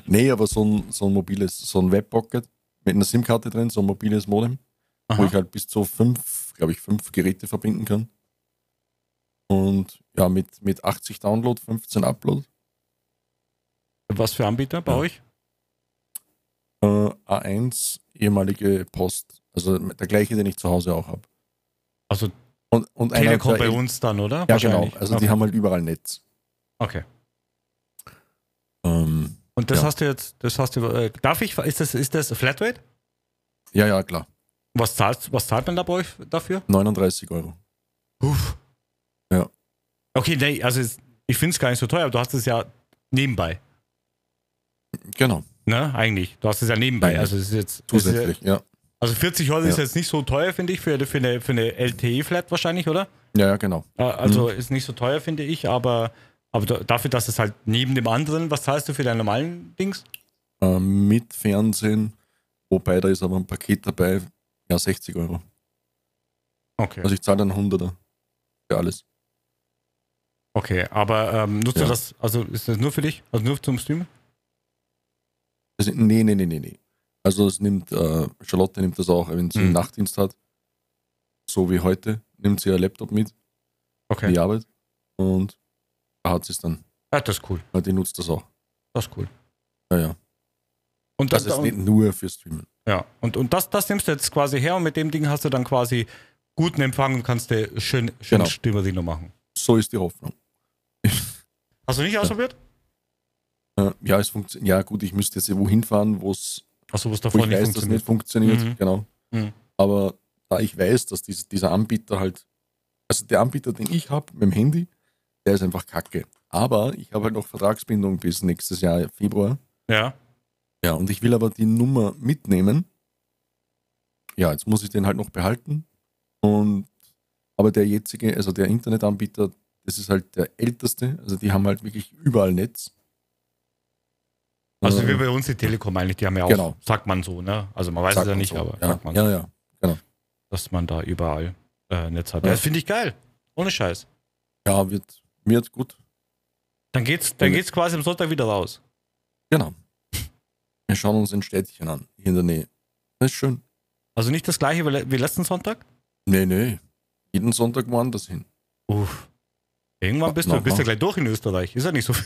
[SPEAKER 2] Nee, aber so ein, so ein mobiles, so ein Webpocket mit einer SIM-Karte drin, so ein mobiles Modem, wo
[SPEAKER 1] Aha.
[SPEAKER 2] ich halt bis zu fünf, glaube ich, fünf Geräte verbinden kann. Und ja, mit, mit 80 Download, 15 Upload,
[SPEAKER 1] Was für Anbieter bei
[SPEAKER 2] Ja.
[SPEAKER 1] euch?
[SPEAKER 2] äh, A1, ehemalige Post, also der gleiche, den ich zu Hause auch habe.
[SPEAKER 1] Also
[SPEAKER 2] Und, und einer
[SPEAKER 1] Telekom
[SPEAKER 2] der
[SPEAKER 1] bei
[SPEAKER 2] El-
[SPEAKER 1] uns dann, oder?
[SPEAKER 2] Ja, genau.
[SPEAKER 1] Wahrscheinlich.
[SPEAKER 2] Also
[SPEAKER 1] okay.
[SPEAKER 2] die haben halt überall Netz.
[SPEAKER 1] okay.
[SPEAKER 2] Ähm,
[SPEAKER 1] Und das
[SPEAKER 2] Ja.
[SPEAKER 1] hast du jetzt, das hast du, äh, darf ich, ist das, ist das Flatrate?
[SPEAKER 2] ja, ja, klar.
[SPEAKER 1] Was zahlt, was zahlt man da bei euch dafür?
[SPEAKER 2] 39 Euro.
[SPEAKER 1] Uff.
[SPEAKER 2] Ja.
[SPEAKER 1] Okay, nee, also es- ich finde es gar nicht so teuer, aber du hast es ja nebenbei,
[SPEAKER 2] Genau,
[SPEAKER 1] ne? Eigentlich. Du hast es ja nebenbei.
[SPEAKER 2] Ja.
[SPEAKER 1] Also es ist jetzt. es Ist, ja-
[SPEAKER 2] zusätzlich, ja.
[SPEAKER 1] also 40 Euro ist
[SPEAKER 2] Ja.
[SPEAKER 1] jetzt nicht so teuer, finde ich, für, für eine, für eine LTE-Flat wahrscheinlich, oder?
[SPEAKER 2] Ja, ja, genau.
[SPEAKER 1] Äh, Also ist nicht so teuer, finde ich, aber, aber da- dafür, dass es halt neben dem anderen, was zahlst du für deine normalen Dings?
[SPEAKER 2] Ähm, mit Fernsehen, wobei da ist aber ein Paket dabei, ja, 60 Euro.
[SPEAKER 1] Okay.
[SPEAKER 2] Also ich zahle dann 100er für alles.
[SPEAKER 1] okay, aber ähm, nutzt du
[SPEAKER 2] Ja.
[SPEAKER 1] das, also ist das nur für dich? Also nur zum Streamen?
[SPEAKER 2] Das, nee, nee, nee, nee, nee. Also es nimmt, äh, Charlotte nimmt das auch, wenn sie
[SPEAKER 1] Mhm.
[SPEAKER 2] einen Nachtdienst hat, so wie heute, nimmt sie ihr Laptop mit in
[SPEAKER 1] Okay.
[SPEAKER 2] die Arbeit und da hat sie es dann.
[SPEAKER 1] Ja, das ist cool.
[SPEAKER 2] Ja, Die nutzt das auch.
[SPEAKER 1] Das ist cool.
[SPEAKER 2] Ja, ja.
[SPEAKER 1] Und
[SPEAKER 2] Das
[SPEAKER 1] das,
[SPEAKER 2] ist
[SPEAKER 1] und,
[SPEAKER 2] nicht nur für Streamen.
[SPEAKER 1] ja. und, und das, das nimmst du jetzt quasi her und mit dem Ding hast du dann quasi guten Empfang und kannst dir schön, schön
[SPEAKER 2] Genau.
[SPEAKER 1] Streamer-Ding noch machen.
[SPEAKER 2] So ist die Hoffnung.
[SPEAKER 1] Hast du nicht ausprobiert?
[SPEAKER 2] Äh, ja, es funktioniert. Ja, gut, ich müsste jetzt wohin fahren, wo's,
[SPEAKER 1] Achso, was
[SPEAKER 2] wo
[SPEAKER 1] davor
[SPEAKER 2] ich
[SPEAKER 1] nicht
[SPEAKER 2] weiß, dass
[SPEAKER 1] funktioniert.
[SPEAKER 2] nicht funktioniert.
[SPEAKER 1] Mhm.
[SPEAKER 2] Genau.
[SPEAKER 1] Mhm.
[SPEAKER 2] Aber da ich weiß, dass dies, dieser Anbieter halt, also der Anbieter, den ich habe mit dem Handy, der ist einfach kacke. Aber ich habe halt noch Vertragsbindung bis nächstes Jahr, Februar.
[SPEAKER 1] Ja.
[SPEAKER 2] Ja, und ich will aber die Nummer mitnehmen. Ja, jetzt muss ich den halt noch behalten. Und aber der jetzige, also der Internetanbieter, das ist halt der älteste. Also die haben halt wirklich überall Netz.
[SPEAKER 1] Also
[SPEAKER 2] Äh,
[SPEAKER 1] wie bei uns die Telekom eigentlich, die haben ja auch,
[SPEAKER 2] Genau.
[SPEAKER 1] sagt man so, ne? Also man weiß
[SPEAKER 2] sagt
[SPEAKER 1] es ja
[SPEAKER 2] man
[SPEAKER 1] nicht,
[SPEAKER 2] so.
[SPEAKER 1] aber
[SPEAKER 2] ja,
[SPEAKER 1] sagt man so.
[SPEAKER 2] ja, ja.
[SPEAKER 1] dass man da überall äh, Netz hat.
[SPEAKER 2] Ja.
[SPEAKER 1] Das finde ich geil. Ohne Scheiß.
[SPEAKER 2] Ja, wird, wird gut.
[SPEAKER 1] Dann geht's, dann
[SPEAKER 2] Ja.
[SPEAKER 1] geht's quasi am Sonntag wieder raus.
[SPEAKER 2] Genau. Wir schauen uns ein Städtchen an, hier in der Nähe. Das ist schön.
[SPEAKER 1] Also nicht das gleiche wie le- wie letzten Sonntag?
[SPEAKER 2] Nee, nee. Jeden Sonntag woanders hin.
[SPEAKER 1] Uff. Irgendwann bist
[SPEAKER 2] Mach
[SPEAKER 1] du, bist du
[SPEAKER 2] mal.
[SPEAKER 1] gleich durch in Österreich. Ist ja nicht so viel.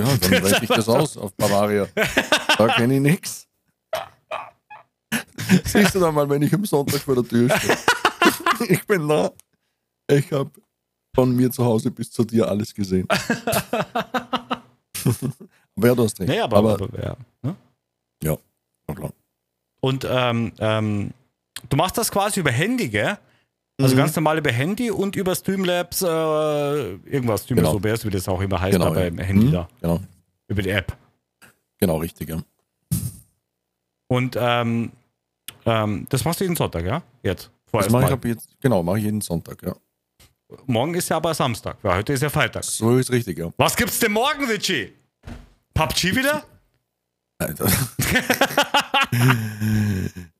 [SPEAKER 2] Ja, dann weiß ich das aus auf Bavaria. Da kenne ich nichts. Siehst du dann mal, wenn ich am Sonntag vor der Tür stehe. Ich bin da. Ich habe von mir zu Hause bis zu dir alles gesehen. Wer du hast recht.
[SPEAKER 1] Naja, aber, aber, ja. Ne?
[SPEAKER 2] na klar.
[SPEAKER 1] Und ähm, ähm, du machst das quasi über Handy, gell? Also ganz normal über Handy und über Streamlabs, äh, irgendwas, Streamlabs
[SPEAKER 2] Genau.
[SPEAKER 1] OBS, wie das auch immer heißt,
[SPEAKER 2] Genau,
[SPEAKER 1] da
[SPEAKER 2] ja.
[SPEAKER 1] beim Handy
[SPEAKER 2] Mhm.
[SPEAKER 1] da,
[SPEAKER 2] Genau,
[SPEAKER 1] über die App.
[SPEAKER 2] genau, richtig, ja.
[SPEAKER 1] Und ähm, ähm, das machst du jeden Sonntag, ja? Jetzt.
[SPEAKER 2] Das
[SPEAKER 1] Vorerst
[SPEAKER 2] mache ich
[SPEAKER 1] mal.
[SPEAKER 2] ab jetzt, genau, mache ich jeden Sonntag, ja.
[SPEAKER 1] Morgen ist ja aber Samstag, weil heute ist ja Freitag.
[SPEAKER 2] So ist richtig, ja.
[SPEAKER 1] Was gibt's denn morgen, Vici? PUBG wieder?
[SPEAKER 2] Alter.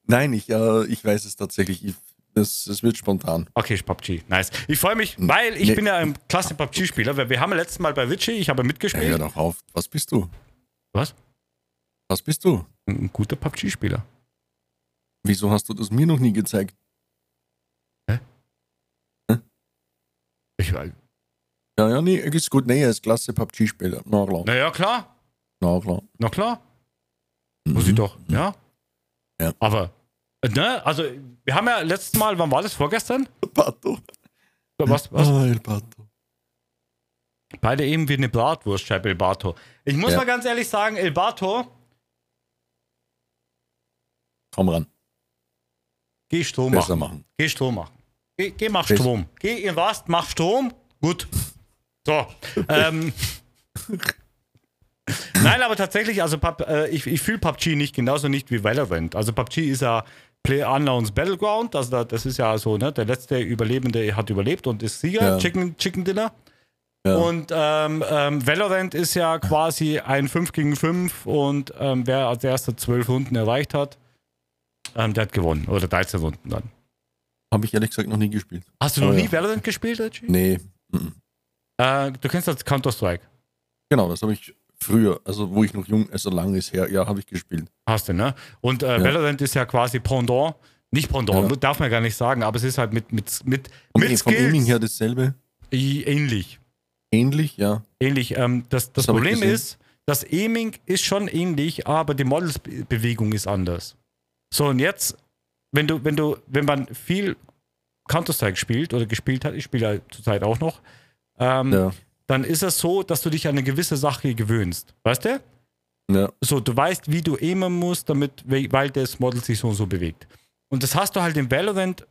[SPEAKER 2] Nein, ich, äh, ich weiß es tatsächlich. Ich, das, es wird spontan.
[SPEAKER 1] Okay, ist PUBG. Nice. Ich freue mich,
[SPEAKER 2] Hm.
[SPEAKER 1] weil ich
[SPEAKER 2] Nee.
[SPEAKER 1] bin ja ein klasse PUBG-Spieler, weil wir haben ja letztes Mal bei Vici, ich habe
[SPEAKER 2] Ja,
[SPEAKER 1] mitgespielt.
[SPEAKER 2] hör doch auf. Was bist du?
[SPEAKER 1] Was?
[SPEAKER 2] Was bist du?
[SPEAKER 1] Ein guter PUBG-Spieler.
[SPEAKER 2] Wieso hast du das mir noch nie gezeigt?
[SPEAKER 1] Ich weiß.
[SPEAKER 2] Ja, ja, nee, ist gut. Nee, er ist klasse PUBG-Spieler. Na klar.
[SPEAKER 1] Naja, klar.
[SPEAKER 2] Na klar.
[SPEAKER 1] Na klar.
[SPEAKER 2] Mhm.
[SPEAKER 1] Muss ich doch, ja.
[SPEAKER 2] Ja.
[SPEAKER 1] Aber, äh, ne, also, wir haben ja letztes Mal, wann war das? Vorgestern?
[SPEAKER 2] Pato.
[SPEAKER 1] Was, was?
[SPEAKER 2] Ah, El Pato.
[SPEAKER 1] Beide eben wie eine Bratwurstscheibe, El Bato. Ich muss
[SPEAKER 2] Ja.
[SPEAKER 1] mal ganz ehrlich sagen, El Bato,
[SPEAKER 2] Komm ran.
[SPEAKER 1] geh Strom
[SPEAKER 2] Besser
[SPEAKER 1] machen.
[SPEAKER 2] machen.
[SPEAKER 1] Geh Strom machen. Geh, geh mach
[SPEAKER 2] Besser.
[SPEAKER 1] Strom. Geh, ihr was? Mach Strom? Gut. So. ähm. Nein, aber tatsächlich, also Pub, äh, ich, ich fühle PUBG nicht genauso nicht wie Valorant. Also PUBG ist ja Play Unknowns Battleground, also da, das ist ja so, ne? Der letzte Überlebende hat überlebt und ist Sieger,
[SPEAKER 2] Ja.
[SPEAKER 1] Chicken, Chicken Dinner.
[SPEAKER 2] Ja.
[SPEAKER 1] Und ähm, ähm, Valorant ist ja quasi ein 5 gegen 5 und ähm, wer als erster 12 Runden erreicht hat, ähm, der hat gewonnen. Oder 13 Runden dann.
[SPEAKER 2] Habe ich ehrlich gesagt noch nie gespielt.
[SPEAKER 1] Hast du noch
[SPEAKER 2] Oh,
[SPEAKER 1] nie
[SPEAKER 2] ja.
[SPEAKER 1] Valorant gespielt, Reggie?
[SPEAKER 2] Nee. mhm.
[SPEAKER 1] Äh, du kennst das Counter-Strike.
[SPEAKER 2] Genau, das habe ich früher, also wo ich noch jung, also lang ist her, ja, habe ich gespielt.
[SPEAKER 1] Hast du, ne? Und äh, Valorant ist ja quasi Pendant. Nicht Pendant,
[SPEAKER 2] Ja.
[SPEAKER 1] darf man gar nicht sagen, aber es ist halt mit, mit, mit,
[SPEAKER 2] Vom,
[SPEAKER 1] mit
[SPEAKER 2] vom Aiming
[SPEAKER 1] Skills
[SPEAKER 2] her dasselbe.
[SPEAKER 1] i- ähnlich.
[SPEAKER 2] Ähnlich, ja.
[SPEAKER 1] Ähnlich. Ähm, das das
[SPEAKER 2] Das hab ich
[SPEAKER 1] Problem
[SPEAKER 2] gesehen.
[SPEAKER 1] ist, das Aiming ist schon ähnlich, aber die Modelsbewegung ist anders. So, und jetzt, wenn du, wenn du, wenn man viel Counter-Strike spielt oder gespielt hat, ich spiele ja zurzeit auch noch, ähm,
[SPEAKER 2] Ja.
[SPEAKER 1] dann ist es so, dass du dich an eine gewisse Sache gewöhnst. Weißt du?
[SPEAKER 2] ja.
[SPEAKER 1] so, du weißt, wie du aimen musst, damit, we- weil das Model sich so und so bewegt. Und das hast du halt im Valorant,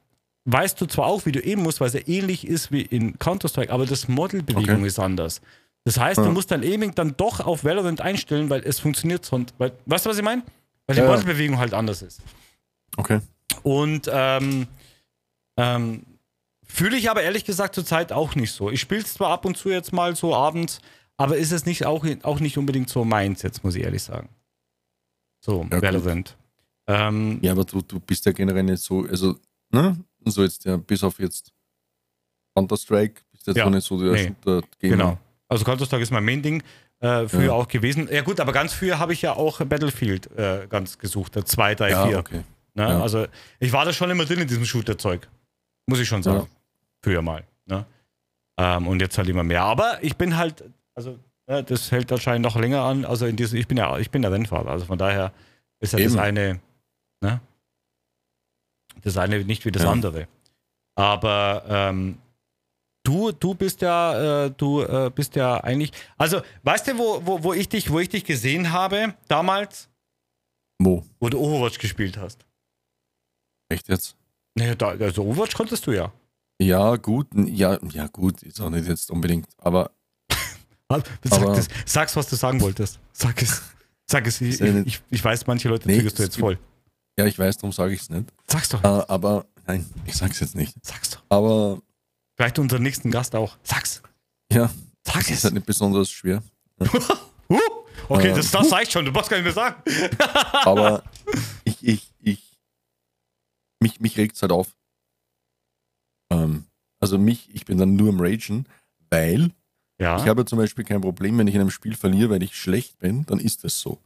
[SPEAKER 1] weißt du zwar auch, wie du aimen musst, weil es ja ähnlich ist wie in Counter-Strike, aber das Model-Bewegung
[SPEAKER 2] Okay.
[SPEAKER 1] ist anders. Das heißt,
[SPEAKER 2] Ja.
[SPEAKER 1] du musst dein Aiming dann doch auf Valorant einstellen, weil es funktioniert sonst. Weil, weißt du, was ich meine? Weil die
[SPEAKER 2] Ja, ja.
[SPEAKER 1] Model-Bewegung halt anders ist.
[SPEAKER 2] Okay.
[SPEAKER 1] Und ähm, ähm, fühle ich aber ehrlich gesagt zurzeit auch nicht so. Ich spiele es zwar ab und zu jetzt mal so abends, aber ist es nicht auch, auch nicht unbedingt so meins jetzt, muss ich ehrlich sagen. So,
[SPEAKER 2] Ja, gut.
[SPEAKER 1] relevant. Ähm,
[SPEAKER 2] Ja, aber du, du bist ja generell nicht so, also, ne? So jetzt, ja, bis auf jetzt Counter-Strike, bist jetzt
[SPEAKER 1] Ja,
[SPEAKER 2] auch nicht so der
[SPEAKER 1] nee.
[SPEAKER 2] Shooter-Gamer.
[SPEAKER 1] Genau. Also Counter-Strike ist mein Main-Ding. Äh, früher
[SPEAKER 2] Ja.
[SPEAKER 1] auch gewesen. Ja gut, aber ganz früher habe ich ja auch Battlefield äh, ganz gesucht, der 2, 3,
[SPEAKER 2] Ja,
[SPEAKER 1] 4.
[SPEAKER 2] okay.
[SPEAKER 1] Ne?
[SPEAKER 2] Ja.
[SPEAKER 1] Also ich war da schon immer drin in diesem Shooter-Zeug. Muss ich schon sagen.
[SPEAKER 2] Ja.
[SPEAKER 1] Früher mal. Ne? Ähm, und jetzt halt immer mehr. Aber ich bin halt, also ne, das hält anscheinend noch länger an. Also in diesem, ich bin ja, ich bin der Rennfahrer. Also von daher ist ja das
[SPEAKER 2] Eben.
[SPEAKER 1] eine, ne? Das eine nicht wie das
[SPEAKER 2] Ja.
[SPEAKER 1] andere. Aber ähm, du, du bist ja, äh, du äh, bist ja eigentlich. Also, weißt du, wo, wo, wo ich dich, wo ich dich gesehen habe damals,
[SPEAKER 2] Mo,
[SPEAKER 1] wo du Overwatch gespielt hast?
[SPEAKER 2] echt jetzt?
[SPEAKER 1] Naja, da, also Overwatch konntest du ja.
[SPEAKER 2] Ja, gut, n- ja, ja, gut, ist auch nicht jetzt unbedingt, aber
[SPEAKER 1] Sag
[SPEAKER 2] Aber-
[SPEAKER 1] das, sag's, was du sagen wolltest. Sag es. Sag es. Ich,
[SPEAKER 2] Ist ja
[SPEAKER 1] ich,
[SPEAKER 2] nicht-
[SPEAKER 1] ich, ich weiß, manche Leute
[SPEAKER 2] Nee,
[SPEAKER 1] zögerst du
[SPEAKER 2] es
[SPEAKER 1] jetzt
[SPEAKER 2] gibt-
[SPEAKER 1] voll.
[SPEAKER 2] ja, ich weiß, darum sage ich es nicht.
[SPEAKER 1] Sag's doch.
[SPEAKER 2] Äh, aber, nein, ich sag's jetzt nicht.
[SPEAKER 1] Sag's doch.
[SPEAKER 2] Aber,
[SPEAKER 1] Vielleicht unseren nächsten Gast auch. Sag's.
[SPEAKER 2] ja,
[SPEAKER 1] Sag
[SPEAKER 2] ist
[SPEAKER 1] es.
[SPEAKER 2] halt nicht besonders schwer.
[SPEAKER 1] Huh? Okay,
[SPEAKER 2] Äh,
[SPEAKER 1] das, das reicht schon. Du brauchst gar nicht mehr sagen.
[SPEAKER 2] Aber ich, ich, ich, mich, mich regt's halt auf. Ähm, also mich, ich bin dann nur im Ragen, weil
[SPEAKER 1] Ja.
[SPEAKER 2] Ich habe zum Beispiel kein Problem, wenn ich in einem Spiel verliere, weil ich schlecht bin, dann ist das so.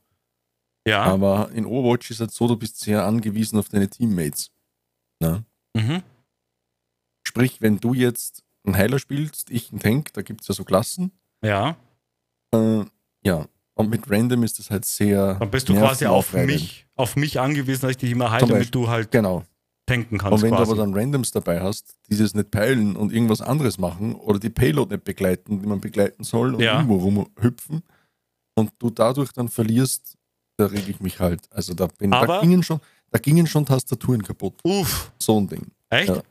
[SPEAKER 1] ja.
[SPEAKER 2] Aber in Overwatch ist halt so, du bist sehr angewiesen auf deine Teammates. ähm,
[SPEAKER 1] Mhm.
[SPEAKER 2] Sprich, wenn du jetzt einen Heiler spielst, ich einen Tank, da gibt es ja so Klassen.
[SPEAKER 1] Ja.
[SPEAKER 2] Äh, ja, und mit Random ist das halt sehr.
[SPEAKER 1] Dann bist du quasi auf
[SPEAKER 2] nervenaufreibend.
[SPEAKER 1] mich, auf mich angewiesen, dass ich dich immer heile,
[SPEAKER 2] Zum
[SPEAKER 1] damit
[SPEAKER 2] Beispiel.
[SPEAKER 1] du halt
[SPEAKER 2] Genau.
[SPEAKER 1] tanken kannst.
[SPEAKER 2] Und wenn
[SPEAKER 1] quasi.
[SPEAKER 2] du aber dann Randoms dabei hast, die das nicht peilen und irgendwas anderes machen oder die Payload nicht begleiten, die man begleiten soll und
[SPEAKER 1] Ja.
[SPEAKER 2] irgendwo rumhüpfen und du dadurch dann verlierst, da reg ich mich halt. Also da, bin,
[SPEAKER 1] Aber-
[SPEAKER 2] da, gingen schon, da gingen schon Tastaturen kaputt.
[SPEAKER 1] Uff.
[SPEAKER 2] So ein Ding.
[SPEAKER 1] Echt?
[SPEAKER 2] Ja.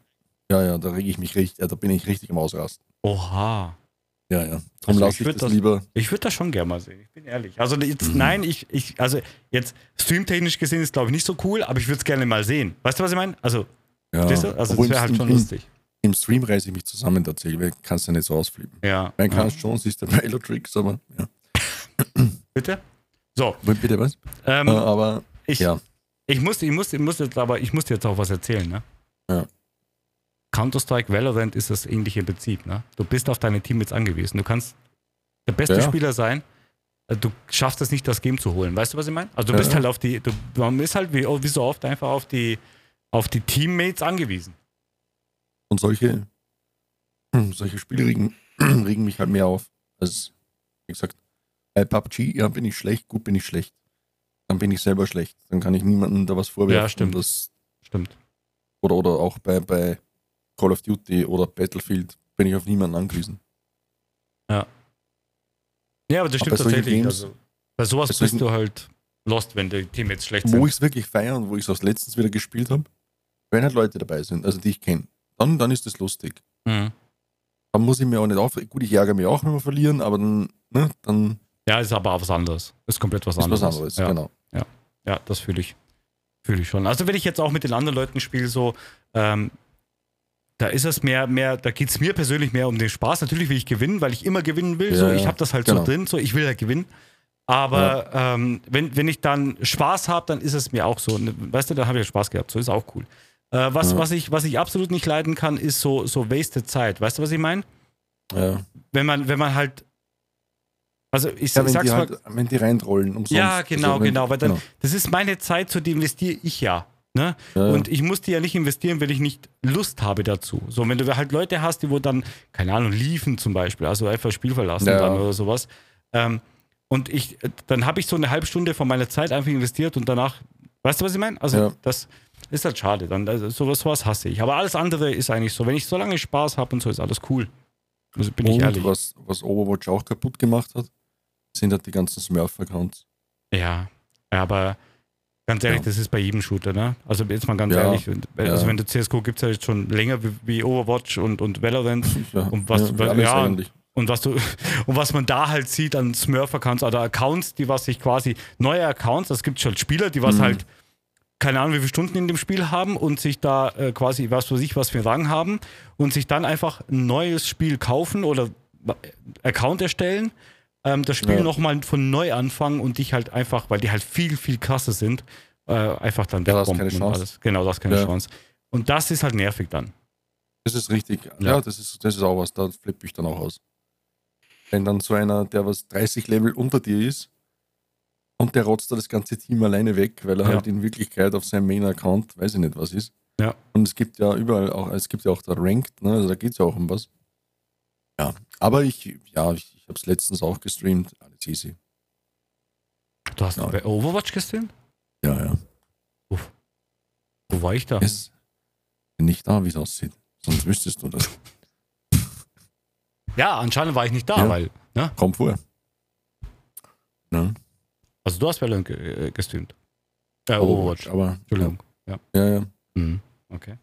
[SPEAKER 2] Ja, ja, da reg ich mich richtig, ja, da bin ich richtig am Ausrasten.
[SPEAKER 1] Oha.
[SPEAKER 2] Ja, ja. Drum
[SPEAKER 1] Also ich
[SPEAKER 2] lasse ich
[SPEAKER 1] würd
[SPEAKER 2] das,
[SPEAKER 1] das-
[SPEAKER 2] lieber.
[SPEAKER 1] Ich würde das schon gerne mal sehen, ich bin ehrlich. Also jetzt, nein, ich, ich, also jetzt streamtechnisch gesehen ist glaube ich nicht so cool, aber ich würde es gerne mal sehen. Weißt du, was ich meine? Also,
[SPEAKER 2] Ja.
[SPEAKER 1] verstehst du? also
[SPEAKER 2] Obwohl
[SPEAKER 1] es wäre
[SPEAKER 2] im-
[SPEAKER 1] halt schon
[SPEAKER 2] im,
[SPEAKER 1] lustig.
[SPEAKER 2] Im Stream reiße ich mich zusammen tatsächlich, weil kannst ja nicht so ausflippen.
[SPEAKER 1] Ja.
[SPEAKER 2] Man
[SPEAKER 1] ja.
[SPEAKER 2] kann es schon, siehst du bei Elo Tricks, aber ja.
[SPEAKER 1] Bitte? So,
[SPEAKER 2] Aber Bitte was?
[SPEAKER 1] ähm,
[SPEAKER 2] Äh, aber
[SPEAKER 1] ich,
[SPEAKER 2] ja.
[SPEAKER 1] ich muss, ich muss, ich muss jetzt aber, ich muss dir jetzt auch was erzählen, ne?
[SPEAKER 2] Ja.
[SPEAKER 1] Counter-Strike Valorant ist das ähnliche Prinzip, ne? Du bist auf deine Teammates angewiesen. Du kannst der beste
[SPEAKER 2] Ja, ja.
[SPEAKER 1] Spieler sein. äh, Du schaffst es nicht, das Game zu holen. Weißt du, was ich meine? Also du
[SPEAKER 2] Ja,
[SPEAKER 1] bist
[SPEAKER 2] ja.
[SPEAKER 1] halt auf die, du, man ist halt wie, wie so oft einfach auf die, auf die Teammates angewiesen.
[SPEAKER 2] Und solche, hm, solche Spiele regen, regen mich halt mehr auf, als, wie gesagt, bei PUBG, ja, bin ich schlecht, gut bin ich schlecht. Dann bin ich selber schlecht. Dann kann ich niemandem da was vorwerfen.
[SPEAKER 1] Ja, stimmt.
[SPEAKER 2] Das,
[SPEAKER 1] Stimmt.
[SPEAKER 2] oder, oder auch bei, bei Call of Duty oder Battlefield bin ich auf niemanden angewiesen.
[SPEAKER 1] Ja, aber das
[SPEAKER 2] Aber
[SPEAKER 1] stimmt
[SPEAKER 2] bei solchen
[SPEAKER 1] tatsächlich.
[SPEAKER 2] Games-
[SPEAKER 1] also, bei sowas
[SPEAKER 2] bei
[SPEAKER 1] bist
[SPEAKER 2] solchen-
[SPEAKER 1] du halt lost, wenn die Teammates schlecht
[SPEAKER 2] Wo
[SPEAKER 1] sind.
[SPEAKER 2] ich es wirklich feiere und wo ich es auch letztens wieder gespielt habe, wenn halt Leute dabei sind, also die ich kenne, dann, dann ist das lustig.
[SPEAKER 1] Mhm.
[SPEAKER 2] Dann muss ich mir auch nicht auf. Gut, ich ärgere mich auch, wenn wir verlieren, aber dann, ne, dann
[SPEAKER 1] Ja, ist aber was anderes. Ist komplett was
[SPEAKER 2] ist
[SPEAKER 1] anderes.
[SPEAKER 2] was anderes.
[SPEAKER 1] Ja.
[SPEAKER 2] Genau.
[SPEAKER 1] Ja, das fühle ich. Fühle ich schon. Also wenn ich jetzt auch mit den anderen Leuten spiele, so, ähm, da ist es mehr, mehr, da geht es mir persönlich mehr um den Spaß. Natürlich will ich gewinnen, weil ich immer gewinnen will.
[SPEAKER 2] Ja,
[SPEAKER 1] so, ich
[SPEAKER 2] ja.
[SPEAKER 1] habe das halt so
[SPEAKER 2] Genau.
[SPEAKER 1] drin, so, ich will ja gewinnen. Aber ähm, wenn, wenn ich dann Spaß habe, dann ist es mir auch so. Ne, Weißt du, dann habe ich ja Spaß gehabt, so ist auch cool. Äh, was,
[SPEAKER 2] Ja.
[SPEAKER 1] was, ich, was ich absolut nicht leiden kann, ist so, so wasted Zeit. Weißt du, was ich meine?
[SPEAKER 2] Ja.
[SPEAKER 1] Wenn man, wenn man halt. Also ich,
[SPEAKER 2] Ja,
[SPEAKER 1] ich
[SPEAKER 2] wenn,
[SPEAKER 1] sag's
[SPEAKER 2] die
[SPEAKER 1] mal,
[SPEAKER 2] halt, wenn die reinrollen, umsonst.
[SPEAKER 1] ja, genau,
[SPEAKER 2] Also wenn-
[SPEAKER 1] genau. Weil dann, das ist meine Zeit, zu die investiere ich ja. Ne?
[SPEAKER 2] Ja,
[SPEAKER 1] Und ich muss die ja nicht investieren, wenn ich nicht Lust habe dazu. So, wenn du halt Leute hast, die wo dann, keine Ahnung, liefen zum Beispiel, also einfach das Spiel verlassen
[SPEAKER 2] Ja.
[SPEAKER 1] dann oder sowas. Ähm, und ich, dann habe ich so eine halbe Stunde von meiner Zeit einfach investiert und danach, weißt du, was ich meine? Also
[SPEAKER 2] Ja.
[SPEAKER 1] das ist halt schade. Dann, also sowas, sowas hasse ich. Aber alles andere ist eigentlich so. Wenn ich so lange Spaß habe und so, ist alles cool. Also bin ich
[SPEAKER 2] und
[SPEAKER 1] ehrlich.
[SPEAKER 2] Was, was Overwatch auch kaputt gemacht hat, sind halt die ganzen Smurf-Accounts.
[SPEAKER 1] Ja, ja, aber ganz ehrlich,
[SPEAKER 2] Ja.
[SPEAKER 1] das ist bei jedem Shooter, ne? Also jetzt mal ganz
[SPEAKER 2] Ja,
[SPEAKER 1] ehrlich, und- also
[SPEAKER 2] ja.
[SPEAKER 1] wenn du CSGO gibt es ja jetzt schon länger wie, wie Overwatch und, und Valorant
[SPEAKER 2] Ja,
[SPEAKER 1] Und was-
[SPEAKER 2] ja,
[SPEAKER 1] weil-
[SPEAKER 2] alles
[SPEAKER 1] ja,
[SPEAKER 2] eigentlich.
[SPEAKER 1] und was du und was man da halt sieht an Smurf-Accounts oder Accounts, die was sich quasi neue Accounts, das gibt schon Spieler, die was
[SPEAKER 2] Mhm.
[SPEAKER 1] halt keine Ahnung, wie viele Stunden in dem Spiel haben und sich da äh, quasi was für sich was für einen Rang haben und sich dann einfach ein neues Spiel kaufen oder äh, Account erstellen, ähm, das Spiel
[SPEAKER 2] Ja.
[SPEAKER 1] nochmal von neu anfangen und dich halt einfach, weil die halt viel, viel krasser sind, äh, einfach dann
[SPEAKER 2] Ja, da hast du
[SPEAKER 1] wegbomben
[SPEAKER 2] keine
[SPEAKER 1] und
[SPEAKER 2] Chance.
[SPEAKER 1] alles. Genau, das ist keine
[SPEAKER 2] Ja.
[SPEAKER 1] Chance. Und das ist halt nervig dann.
[SPEAKER 2] Das ist richtig.
[SPEAKER 1] Ja.
[SPEAKER 2] Ja, das, ist, das ist auch was, da flippe ich dann auch aus. Wenn dann so einer, der was 30 Level unter dir ist und der rotzt da das ganze Team alleine weg, weil er
[SPEAKER 1] Ja.
[SPEAKER 2] halt in Wirklichkeit auf seinem Main-Account, weiß ich nicht, was ist.
[SPEAKER 1] Ja.
[SPEAKER 2] Und es gibt ja überall auch, es gibt ja auch da Ranked, ne? also da geht es ja auch um was. Ja, aber ich, ja, ich, ich habe es letztens auch gestreamt. Alles easy.
[SPEAKER 1] Du hast
[SPEAKER 2] Ja.
[SPEAKER 1] bei Overwatch gesehen?
[SPEAKER 2] Ja, ja.
[SPEAKER 1] Wo war ich da?
[SPEAKER 2] Es ist nicht da, wie es aussieht. Sonst wüsstest du das.
[SPEAKER 1] Ja, anscheinend war ich nicht da,
[SPEAKER 2] Ja.
[SPEAKER 1] weil, ne?
[SPEAKER 2] Komm vor. Ne?
[SPEAKER 1] Also du hast Valorant ge äh, gestreamt. Äh,
[SPEAKER 2] Oh,
[SPEAKER 1] Overwatch.
[SPEAKER 2] Aber, ja,
[SPEAKER 1] Entschuldigung. Ja.
[SPEAKER 2] ja, ja.
[SPEAKER 1] Mhm. Okay.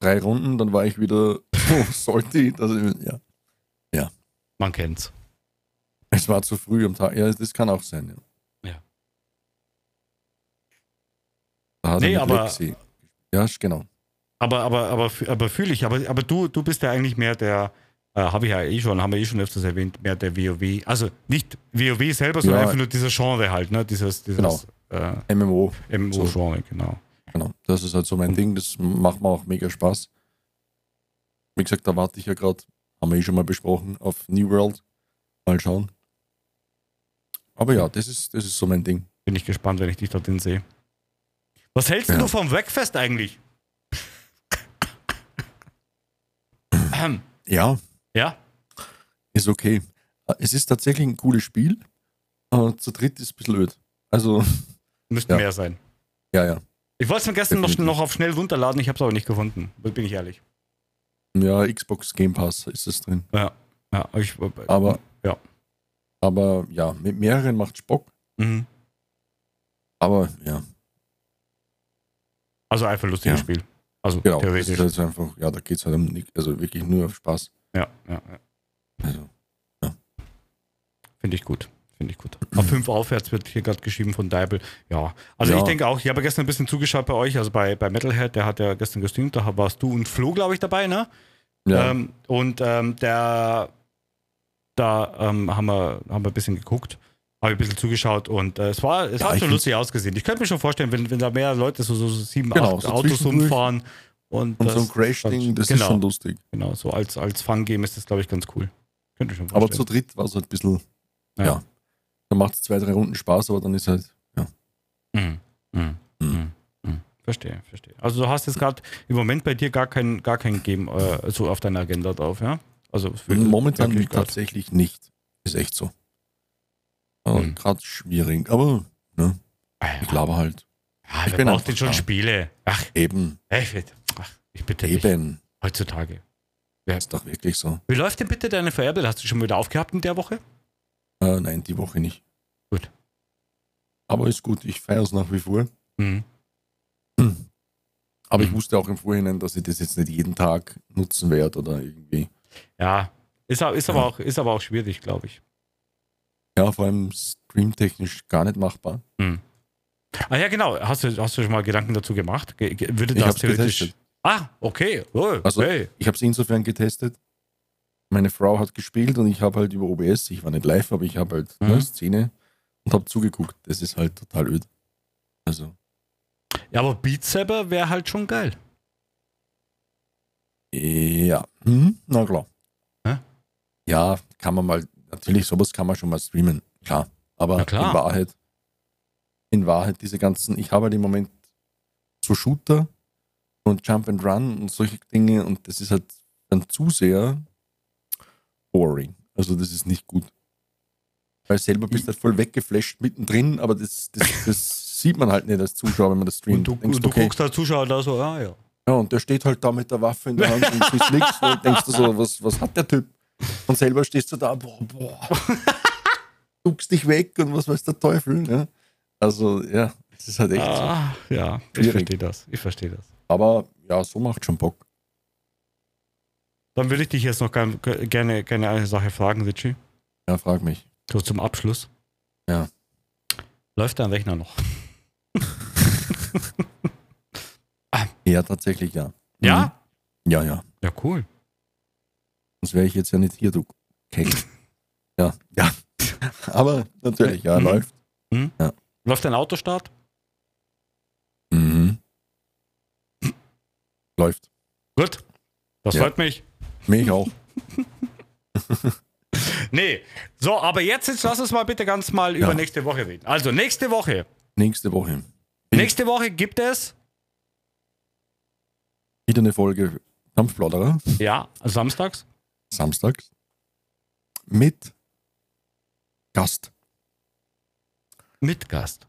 [SPEAKER 2] drei Runden, dann war ich wieder, oh, sollte ich, das, ja.
[SPEAKER 1] Man kennt's.
[SPEAKER 2] Es war zu früh am Tag, ja, das kann auch sein, ja.
[SPEAKER 1] Ja.
[SPEAKER 2] Da hat
[SPEAKER 1] Nee,
[SPEAKER 2] er mit
[SPEAKER 1] aber-
[SPEAKER 2] Lexi. Ja, sch- genau.
[SPEAKER 1] Aber, aber, aber, fü- aber fühle ich. Aber, aber du, du bist ja eigentlich mehr der, äh, habe ich ja eh schon, haben wir eh schon öfters erwähnt, mehr der WoW. Also nicht WoW selber, sondern
[SPEAKER 2] Ja. Genau.
[SPEAKER 1] einfach nur dieses Genre halt, ne? Dieses, dieses
[SPEAKER 2] MMO,
[SPEAKER 1] äh, MMO-Genre, genau.
[SPEAKER 2] genau. Das ist halt so mein Ding, das macht mir auch mega Spaß. Wie gesagt, da warte ich ja gerade, haben wir eh schon mal besprochen, auf New World. Mal schauen. Aber ja, das ist, das ist so mein Ding.
[SPEAKER 1] Bin ich gespannt, wenn ich dich da drin sehe. Was hältst
[SPEAKER 2] Ja.
[SPEAKER 1] du vom Wreckfest eigentlich? Ahem.
[SPEAKER 2] Ja,
[SPEAKER 1] ja,
[SPEAKER 2] Ist okay. Es ist tatsächlich ein cooles Spiel, aber zu dritt ist es ein bisschen öd. Also,
[SPEAKER 1] müssten
[SPEAKER 2] Ja.
[SPEAKER 1] mehr sein.
[SPEAKER 2] ja, ja.
[SPEAKER 1] Ich wollte es mir gestern noch,
[SPEAKER 2] Definitiv.
[SPEAKER 1] noch auf schnell runterladen, ich habe es aber nicht gefunden. Bin ich ehrlich.
[SPEAKER 2] Ja, Xbox Game Pass ist es drin.
[SPEAKER 1] Ja, ich,
[SPEAKER 2] äh, Aber,
[SPEAKER 1] Ja.
[SPEAKER 2] Aber ja, mit mehreren macht Bock.
[SPEAKER 1] Mhm.
[SPEAKER 2] Aber ja,
[SPEAKER 1] Also einfach lustiges
[SPEAKER 2] Ja.
[SPEAKER 1] Spiel. Also
[SPEAKER 2] Genau, das
[SPEAKER 1] theoretisch.
[SPEAKER 2] ist jetzt einfach, ja, da geht es halt um nichts, also wirklich nur auf Spaß.
[SPEAKER 1] Ja, ja, ja.
[SPEAKER 2] Also,
[SPEAKER 1] Finde ich gut. Finde ich gut. Auf 5 aufwärts wird hier gerade geschrieben von Deibel. Ja. Also
[SPEAKER 2] Ja.
[SPEAKER 1] ich denke auch, ich habe gestern ein bisschen zugeschaut bei euch, also bei, bei Metalhead, der hat ja gestern gestreamt, da warst du und Flo, glaube ich, dabei, ne?
[SPEAKER 2] ja,
[SPEAKER 1] Ähm, und ähm, der, da ähm, haben, wir, haben wir ein bisschen geguckt, habe ich ein bisschen zugeschaut und äh, es war, es
[SPEAKER 2] Ja,
[SPEAKER 1] hat
[SPEAKER 2] ich
[SPEAKER 1] schon
[SPEAKER 2] find's-
[SPEAKER 1] lustig ausgesehen. Ich könnte mir schon vorstellen, wenn, wenn da mehr Leute so, so sieben,
[SPEAKER 2] Genau,
[SPEAKER 1] acht
[SPEAKER 2] so
[SPEAKER 1] Autos
[SPEAKER 2] zwischendurch.
[SPEAKER 1] rumfahren und,
[SPEAKER 2] und
[SPEAKER 1] das,
[SPEAKER 2] so ein Crash-Ding, das ist
[SPEAKER 1] genau.
[SPEAKER 2] schon lustig.
[SPEAKER 1] Genau, so als, als Fun-Game ist das, glaube ich, ganz cool. Könnte ich schon
[SPEAKER 2] Aber
[SPEAKER 1] vorstellen.
[SPEAKER 2] zu dritt war es halt ein bisschen,
[SPEAKER 1] Ja.
[SPEAKER 2] ja. Da macht es zwei, drei Runden Spaß, aber dann ist halt, ja.
[SPEAKER 1] Mhm. Mhm.
[SPEAKER 2] Mhm.
[SPEAKER 1] Mhm. Verstehe, verstehe. Also du hast jetzt gerade im Moment bei dir gar kein, gar kein Game äh, so auf deiner Agenda drauf, ja? Also für-
[SPEAKER 2] Momentan
[SPEAKER 1] wirklich grad.
[SPEAKER 2] tatsächlich nicht. Ist echt so. Aber
[SPEAKER 1] Hm.
[SPEAKER 2] Gerade schwierig. Aber ne, ich glaube halt
[SPEAKER 1] Ah,
[SPEAKER 2] ich
[SPEAKER 1] ich
[SPEAKER 2] bin
[SPEAKER 1] bin auch
[SPEAKER 2] einfach
[SPEAKER 1] schon
[SPEAKER 2] da.
[SPEAKER 1] Spiele. Ach,
[SPEAKER 2] eben,
[SPEAKER 1] ey, shit. ach ich bitte dich.
[SPEAKER 2] eben.
[SPEAKER 1] Heutzutage.
[SPEAKER 2] Ist doch wirklich so.
[SPEAKER 1] Wie läuft denn bitte deine Vererbel? Hast du schon wieder aufgehabt in der Woche?
[SPEAKER 2] Äh, nein, die Woche nicht.
[SPEAKER 1] Gut.
[SPEAKER 2] Aber ist gut, ich feiere es nach wie vor.
[SPEAKER 1] Mhm.
[SPEAKER 2] Aber ich
[SPEAKER 1] Mhm.
[SPEAKER 2] wusste auch im Vorhinein, dass ich das jetzt nicht jeden Tag nutzen werde oder irgendwie.
[SPEAKER 1] Ja. Ist, au- ist,
[SPEAKER 2] Ja.
[SPEAKER 1] Aber auch, ist aber auch schwierig, glaube ich.
[SPEAKER 2] Ja, vor allem streamtechnisch gar nicht machbar.
[SPEAKER 1] Ah ja, genau. Hast du, hast du schon mal Gedanken dazu gemacht? Ge ge würde
[SPEAKER 2] Ich
[SPEAKER 1] das
[SPEAKER 2] hab's
[SPEAKER 1] theoretisch.
[SPEAKER 2] getestet.
[SPEAKER 1] Ah, okay. Oh,
[SPEAKER 2] Also-
[SPEAKER 1] hey.
[SPEAKER 2] Ich habe es insofern getestet. Meine Frau hat gespielt und ich habe halt über OBS, ich war nicht live, aber ich habe halt
[SPEAKER 1] Mhm.
[SPEAKER 2] eine Szene und habe zugeguckt. Das ist halt total öd. Also,
[SPEAKER 1] Ja, aber Beat Saber wäre halt schon geil.
[SPEAKER 2] ja. Mhm. Na klar.
[SPEAKER 1] Hä?
[SPEAKER 2] Ja, kann man mal, natürlich, sowas kann man schon mal streamen, klar.
[SPEAKER 1] Na
[SPEAKER 2] Aber
[SPEAKER 1] klar.
[SPEAKER 2] in Wahrheit, in Wahrheit, diese ganzen, ich habe halt im Moment so Shooter und Jump and Run und solche Dinge und das ist halt dann zu sehr boring. Also das ist nicht gut. Weil selber bist du halt voll weggeflasht mittendrin, aber das, das, das sieht man halt nicht als Zuschauer, wenn man das streamt.
[SPEAKER 1] Und du,
[SPEAKER 2] Denkst,
[SPEAKER 1] und du
[SPEAKER 2] okay,
[SPEAKER 1] guckst als Zuschauer da so, ah ja.
[SPEAKER 2] ja, und der steht halt da mit der Waffe in der Hand und schießt nichts. Und denkst du so, was, was hat der Typ? Und selber stehst du da, boah, boah. Duckst dich weg und was weiß der Teufel. Ja? Also, ja, es ist halt echt so.
[SPEAKER 1] Ah, ja, ich
[SPEAKER 2] Schwierig.
[SPEAKER 1] verstehe das. Ich verstehe das.
[SPEAKER 2] Aber ja, so macht schon Bock.
[SPEAKER 1] Dann würde ich dich jetzt noch gern, gerne, gerne eine Sache fragen, Richie.
[SPEAKER 2] Ja, frag mich.
[SPEAKER 1] So zum Abschluss.
[SPEAKER 2] Ja.
[SPEAKER 1] Läuft dein Rechner noch?
[SPEAKER 2] Ja, tatsächlich, ja. Mhm.
[SPEAKER 1] Ja?
[SPEAKER 2] Ja, ja.
[SPEAKER 1] Ja, cool.
[SPEAKER 2] Sonst wäre ich jetzt ja nicht hier, du Kek. Ja, ja. Aber natürlich, ja,
[SPEAKER 1] Mhm.
[SPEAKER 2] läuft.
[SPEAKER 1] Läuft dein Autostart?
[SPEAKER 2] Mhm. Läuft.
[SPEAKER 1] Gut. Das
[SPEAKER 2] Ja.
[SPEAKER 1] freut mich.
[SPEAKER 2] Mich auch.
[SPEAKER 1] Nee. So, aber jetzt, jetzt lass uns mal bitte ganz mal über
[SPEAKER 2] Ja.
[SPEAKER 1] nächste Woche reden. Also, nächste Woche.
[SPEAKER 2] Nächste Woche. Hm.
[SPEAKER 1] Nächste Woche gibt es,
[SPEAKER 2] Wieder eine Folge Kampfplauderer.
[SPEAKER 1] ja, samstags.
[SPEAKER 2] samstags mit Gast.
[SPEAKER 1] Mit Gast.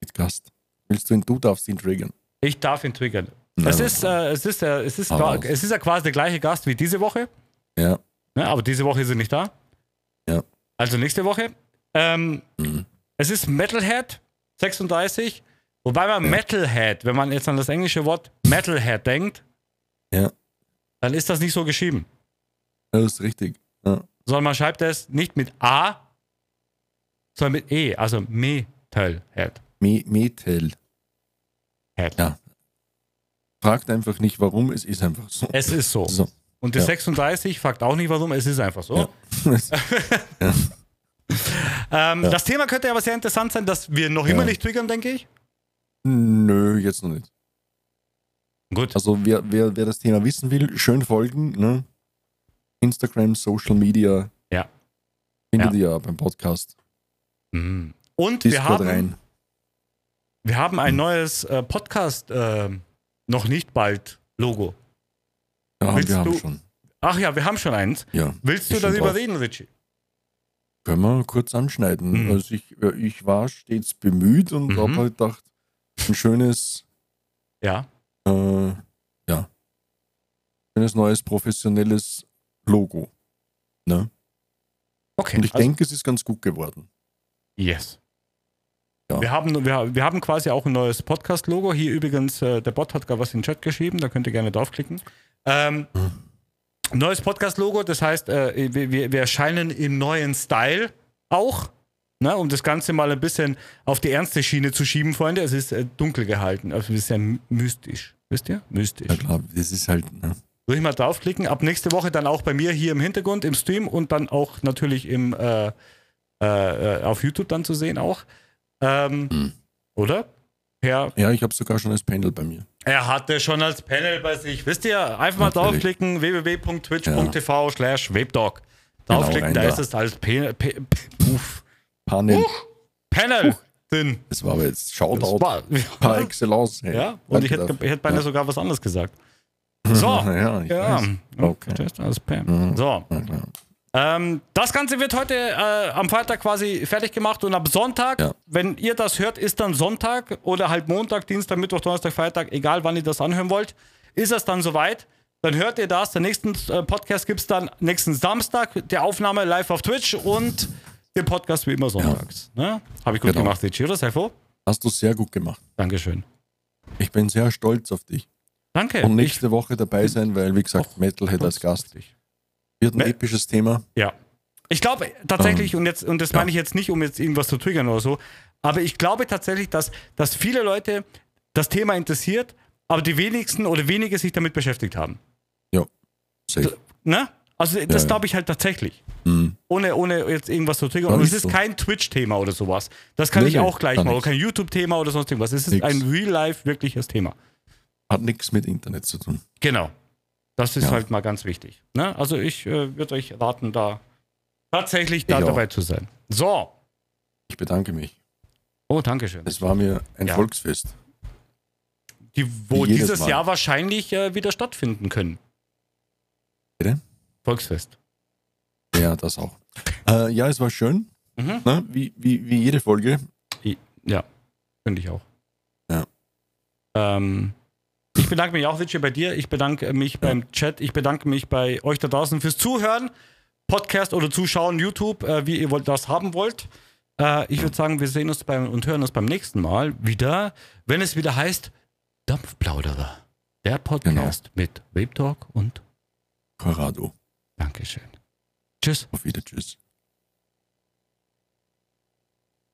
[SPEAKER 2] Mit Gast. Willst du ihn, du darfst ihn triggern.
[SPEAKER 1] Ich darf ihn triggern.
[SPEAKER 2] Nein,
[SPEAKER 1] Es
[SPEAKER 2] nein,
[SPEAKER 1] ist,
[SPEAKER 2] nein.
[SPEAKER 1] äh, es, ist, äh, es, ist,
[SPEAKER 2] Aber
[SPEAKER 1] qua-
[SPEAKER 2] was?
[SPEAKER 1] es ist ja quasi der gleiche Gast wie diese Woche.
[SPEAKER 2] Ja.
[SPEAKER 1] Ne? Aber diese Woche ist er nicht da.
[SPEAKER 2] Ja.
[SPEAKER 1] Also nächste Woche. Ähm,
[SPEAKER 2] Mhm.
[SPEAKER 1] es ist Metalhead 36. Wobei man Metalhead, wenn man jetzt an das englische Wort Metalhead denkt,
[SPEAKER 2] Ja.
[SPEAKER 1] dann ist das nicht so geschrieben.
[SPEAKER 2] Das ist richtig. Ja.
[SPEAKER 1] Sondern man schreibt es nicht mit A, sondern mit E. Also Metalhead.
[SPEAKER 2] Me Metal.
[SPEAKER 1] Head.
[SPEAKER 2] Ja. Fragt einfach nicht warum, es ist einfach so.
[SPEAKER 1] Es ist so.
[SPEAKER 2] so.
[SPEAKER 1] Und das
[SPEAKER 2] Ja.
[SPEAKER 1] 36 fragt auch nicht warum, es ist einfach so.
[SPEAKER 2] Ja.
[SPEAKER 1] Ähm,
[SPEAKER 2] Ja.
[SPEAKER 1] Das Thema könnte aber sehr interessant sein, dass wir noch immer
[SPEAKER 2] Ja.
[SPEAKER 1] nicht triggern, denke ich.
[SPEAKER 2] Nö, jetzt noch nicht.
[SPEAKER 1] Gut.
[SPEAKER 2] Also wer, wer, wer das Thema wissen will, schön folgen. Ne? Instagram, Social Media.
[SPEAKER 1] Ja.
[SPEAKER 2] Findet ihr ja beim Podcast.
[SPEAKER 1] Mhm. Und wir
[SPEAKER 2] Discord
[SPEAKER 1] haben,
[SPEAKER 2] rein.
[SPEAKER 1] wir haben ein neues äh, Podcast, ähm, noch nicht bald Logo.
[SPEAKER 2] Ja,
[SPEAKER 1] Willst
[SPEAKER 2] wir haben
[SPEAKER 1] du-
[SPEAKER 2] schon.
[SPEAKER 1] Ach ja, wir haben schon eins.
[SPEAKER 2] Ja.
[SPEAKER 1] Willst du
[SPEAKER 2] Ist schon
[SPEAKER 1] darüber
[SPEAKER 2] drauf.
[SPEAKER 1] reden, Richie?
[SPEAKER 2] Können wir kurz anschneiden.
[SPEAKER 1] Mhm.
[SPEAKER 2] Also ich, äh, ich war stets bemüht und
[SPEAKER 1] Mhm.
[SPEAKER 2] habe halt gedacht, ein schönes,
[SPEAKER 1] Ja.
[SPEAKER 2] äh, ja, schönes neues professionelles Logo.
[SPEAKER 1] Okay.
[SPEAKER 2] Und ich
[SPEAKER 1] also,
[SPEAKER 2] denke, es ist ganz gut geworden.
[SPEAKER 1] yes. Wir haben, wir, wir haben quasi auch ein neues Podcast-Logo. Hier übrigens, äh, der Bot hat gerade was in den Chat geschrieben, da könnt ihr gerne draufklicken. Ähm, Neues Podcast-Logo, das heißt, äh, wir, wir, wir erscheinen im neuen Style auch, ne, um das Ganze mal ein bisschen auf die ernste Schiene zu schieben, Freunde. Es ist äh, dunkel gehalten, also es ist ja my- mystisch. Wisst ihr? Mystisch.
[SPEAKER 2] Ja, klar, das ist halt. Ne?
[SPEAKER 1] Würde ich mal draufklicken. Ab nächste Woche dann auch bei mir hier im Hintergrund, im Stream und dann auch natürlich im, äh, äh, äh, auf YouTube dann zu sehen auch. Ähm,
[SPEAKER 2] Hm.
[SPEAKER 1] Oder? Ja,
[SPEAKER 2] Ja, ich habe sogar schon das Pendel bei mir.
[SPEAKER 1] er hatte schon als Panel bei sich. Wisst ihr, einfach mal
[SPEAKER 2] Natürlich.
[SPEAKER 1] draufklicken, www.twitch.tv slash webdog. Draufklicken,
[SPEAKER 2] Genau, rein
[SPEAKER 1] da
[SPEAKER 2] da.
[SPEAKER 1] ist es als Pe Pe Pe Uff.
[SPEAKER 2] Panel.
[SPEAKER 1] Panel drin.
[SPEAKER 2] Das war aber jetzt Shoutout
[SPEAKER 1] war-
[SPEAKER 2] par excellence. Hey.
[SPEAKER 1] Ja, und ich
[SPEAKER 2] Danke
[SPEAKER 1] hätte, ich hätte beinahe sogar was anderes gesagt.
[SPEAKER 2] dafür.
[SPEAKER 1] So,
[SPEAKER 2] ja, ich
[SPEAKER 1] ja.
[SPEAKER 2] weiß.
[SPEAKER 1] Okay.
[SPEAKER 2] Okay. Mhm.
[SPEAKER 1] Das ist alles Pam. So.
[SPEAKER 2] Ja, klar.
[SPEAKER 1] Ähm, das Ganze wird heute äh, am Freitag quasi fertig gemacht und ab Sonntag,
[SPEAKER 2] Ja.
[SPEAKER 1] wenn ihr das hört, ist dann Sonntag oder halt Montag, Dienstag, Mittwoch, Donnerstag, Freitag, egal wann ihr das anhören wollt, ist es dann soweit. Dann hört ihr das. Den nächsten äh, Podcast gibt es dann nächsten Samstag, der Aufnahme live auf Twitch und den Podcast wie immer sonntags. Ne? Habe ich gut
[SPEAKER 2] Genau.
[SPEAKER 1] gemacht, Ichi, oder Sefo?
[SPEAKER 2] Hast du sehr gut gemacht.
[SPEAKER 1] Dankeschön.
[SPEAKER 2] Ich bin sehr stolz auf dich.
[SPEAKER 1] Danke.
[SPEAKER 2] Und nächste Woche dabei sein, weil, wie gesagt, Metalhead als Gast
[SPEAKER 1] Ich,
[SPEAKER 2] wird ein
[SPEAKER 1] Me-
[SPEAKER 2] episches Thema.
[SPEAKER 1] Ja. Ich glaube
[SPEAKER 2] Ähm,
[SPEAKER 1] tatsächlich, und, jetzt, und das meine ich jetzt nicht, um jetzt irgendwas zu triggern oder so, aber ich glaube tatsächlich, dass, dass viele Leute das Thema interessiert, aber die wenigsten oder wenige sich damit beschäftigt haben.
[SPEAKER 2] Ja, safe.
[SPEAKER 1] Ne? Also das
[SPEAKER 2] ja.
[SPEAKER 1] glaube ich halt tatsächlich.
[SPEAKER 2] Mhm.
[SPEAKER 1] Ohne, ohne jetzt irgendwas zu triggern.
[SPEAKER 2] Ja,
[SPEAKER 1] Und es
[SPEAKER 2] ist
[SPEAKER 1] ist
[SPEAKER 2] so.
[SPEAKER 1] kein Twitch-Thema oder sowas. Das kann
[SPEAKER 2] Nee,
[SPEAKER 1] ich
[SPEAKER 2] nee,
[SPEAKER 1] auch gleich
[SPEAKER 2] gar
[SPEAKER 1] machen. Oder
[SPEAKER 2] nichts.
[SPEAKER 1] kein YouTube-Thema oder sonst irgendwas. Es ist
[SPEAKER 2] Nix.
[SPEAKER 1] ein real-life wirkliches Thema.
[SPEAKER 2] Hat nichts mit Internet zu tun.
[SPEAKER 1] Genau. Das ist
[SPEAKER 2] Ja.
[SPEAKER 1] halt mal ganz wichtig. Ne? Also ich äh, würde euch raten, da tatsächlich da
[SPEAKER 2] Ich auch.
[SPEAKER 1] dabei zu sein. So.
[SPEAKER 2] Ich bedanke mich.
[SPEAKER 1] Oh, danke schön.
[SPEAKER 2] Es war mir ein
[SPEAKER 1] Ja.
[SPEAKER 2] Volksfest.
[SPEAKER 1] Die, wo
[SPEAKER 2] jedes
[SPEAKER 1] dieses
[SPEAKER 2] Mal.
[SPEAKER 1] Jahr wahrscheinlich äh, wieder stattfinden können.
[SPEAKER 2] Bitte?
[SPEAKER 1] Volksfest.
[SPEAKER 2] Ja, das auch. Äh, ja, es war schön.
[SPEAKER 1] Mhm.
[SPEAKER 2] Ne? Wie, wie, wie jede Folge.
[SPEAKER 1] I- Ja, finde ich auch.
[SPEAKER 2] Ja.
[SPEAKER 1] Ähm, ich bedanke mich auch, Witsche, bei dir. Ich bedanke mich beim Chat. Ich bedanke mich bei euch da draußen fürs Zuhören, Podcast oder Zuschauen, YouTube, äh, wie ihr wollt, das haben wollt. Äh, ich würde sagen, wir sehen uns beim, und hören uns beim nächsten Mal wieder, wenn es wieder heißt Dampfplauderer. Der Podcast
[SPEAKER 2] Genau.
[SPEAKER 1] mit Webtalk und
[SPEAKER 2] Corrado.
[SPEAKER 1] Dankeschön. Tschüss.
[SPEAKER 2] Auf Wiedersehen. Tschüss.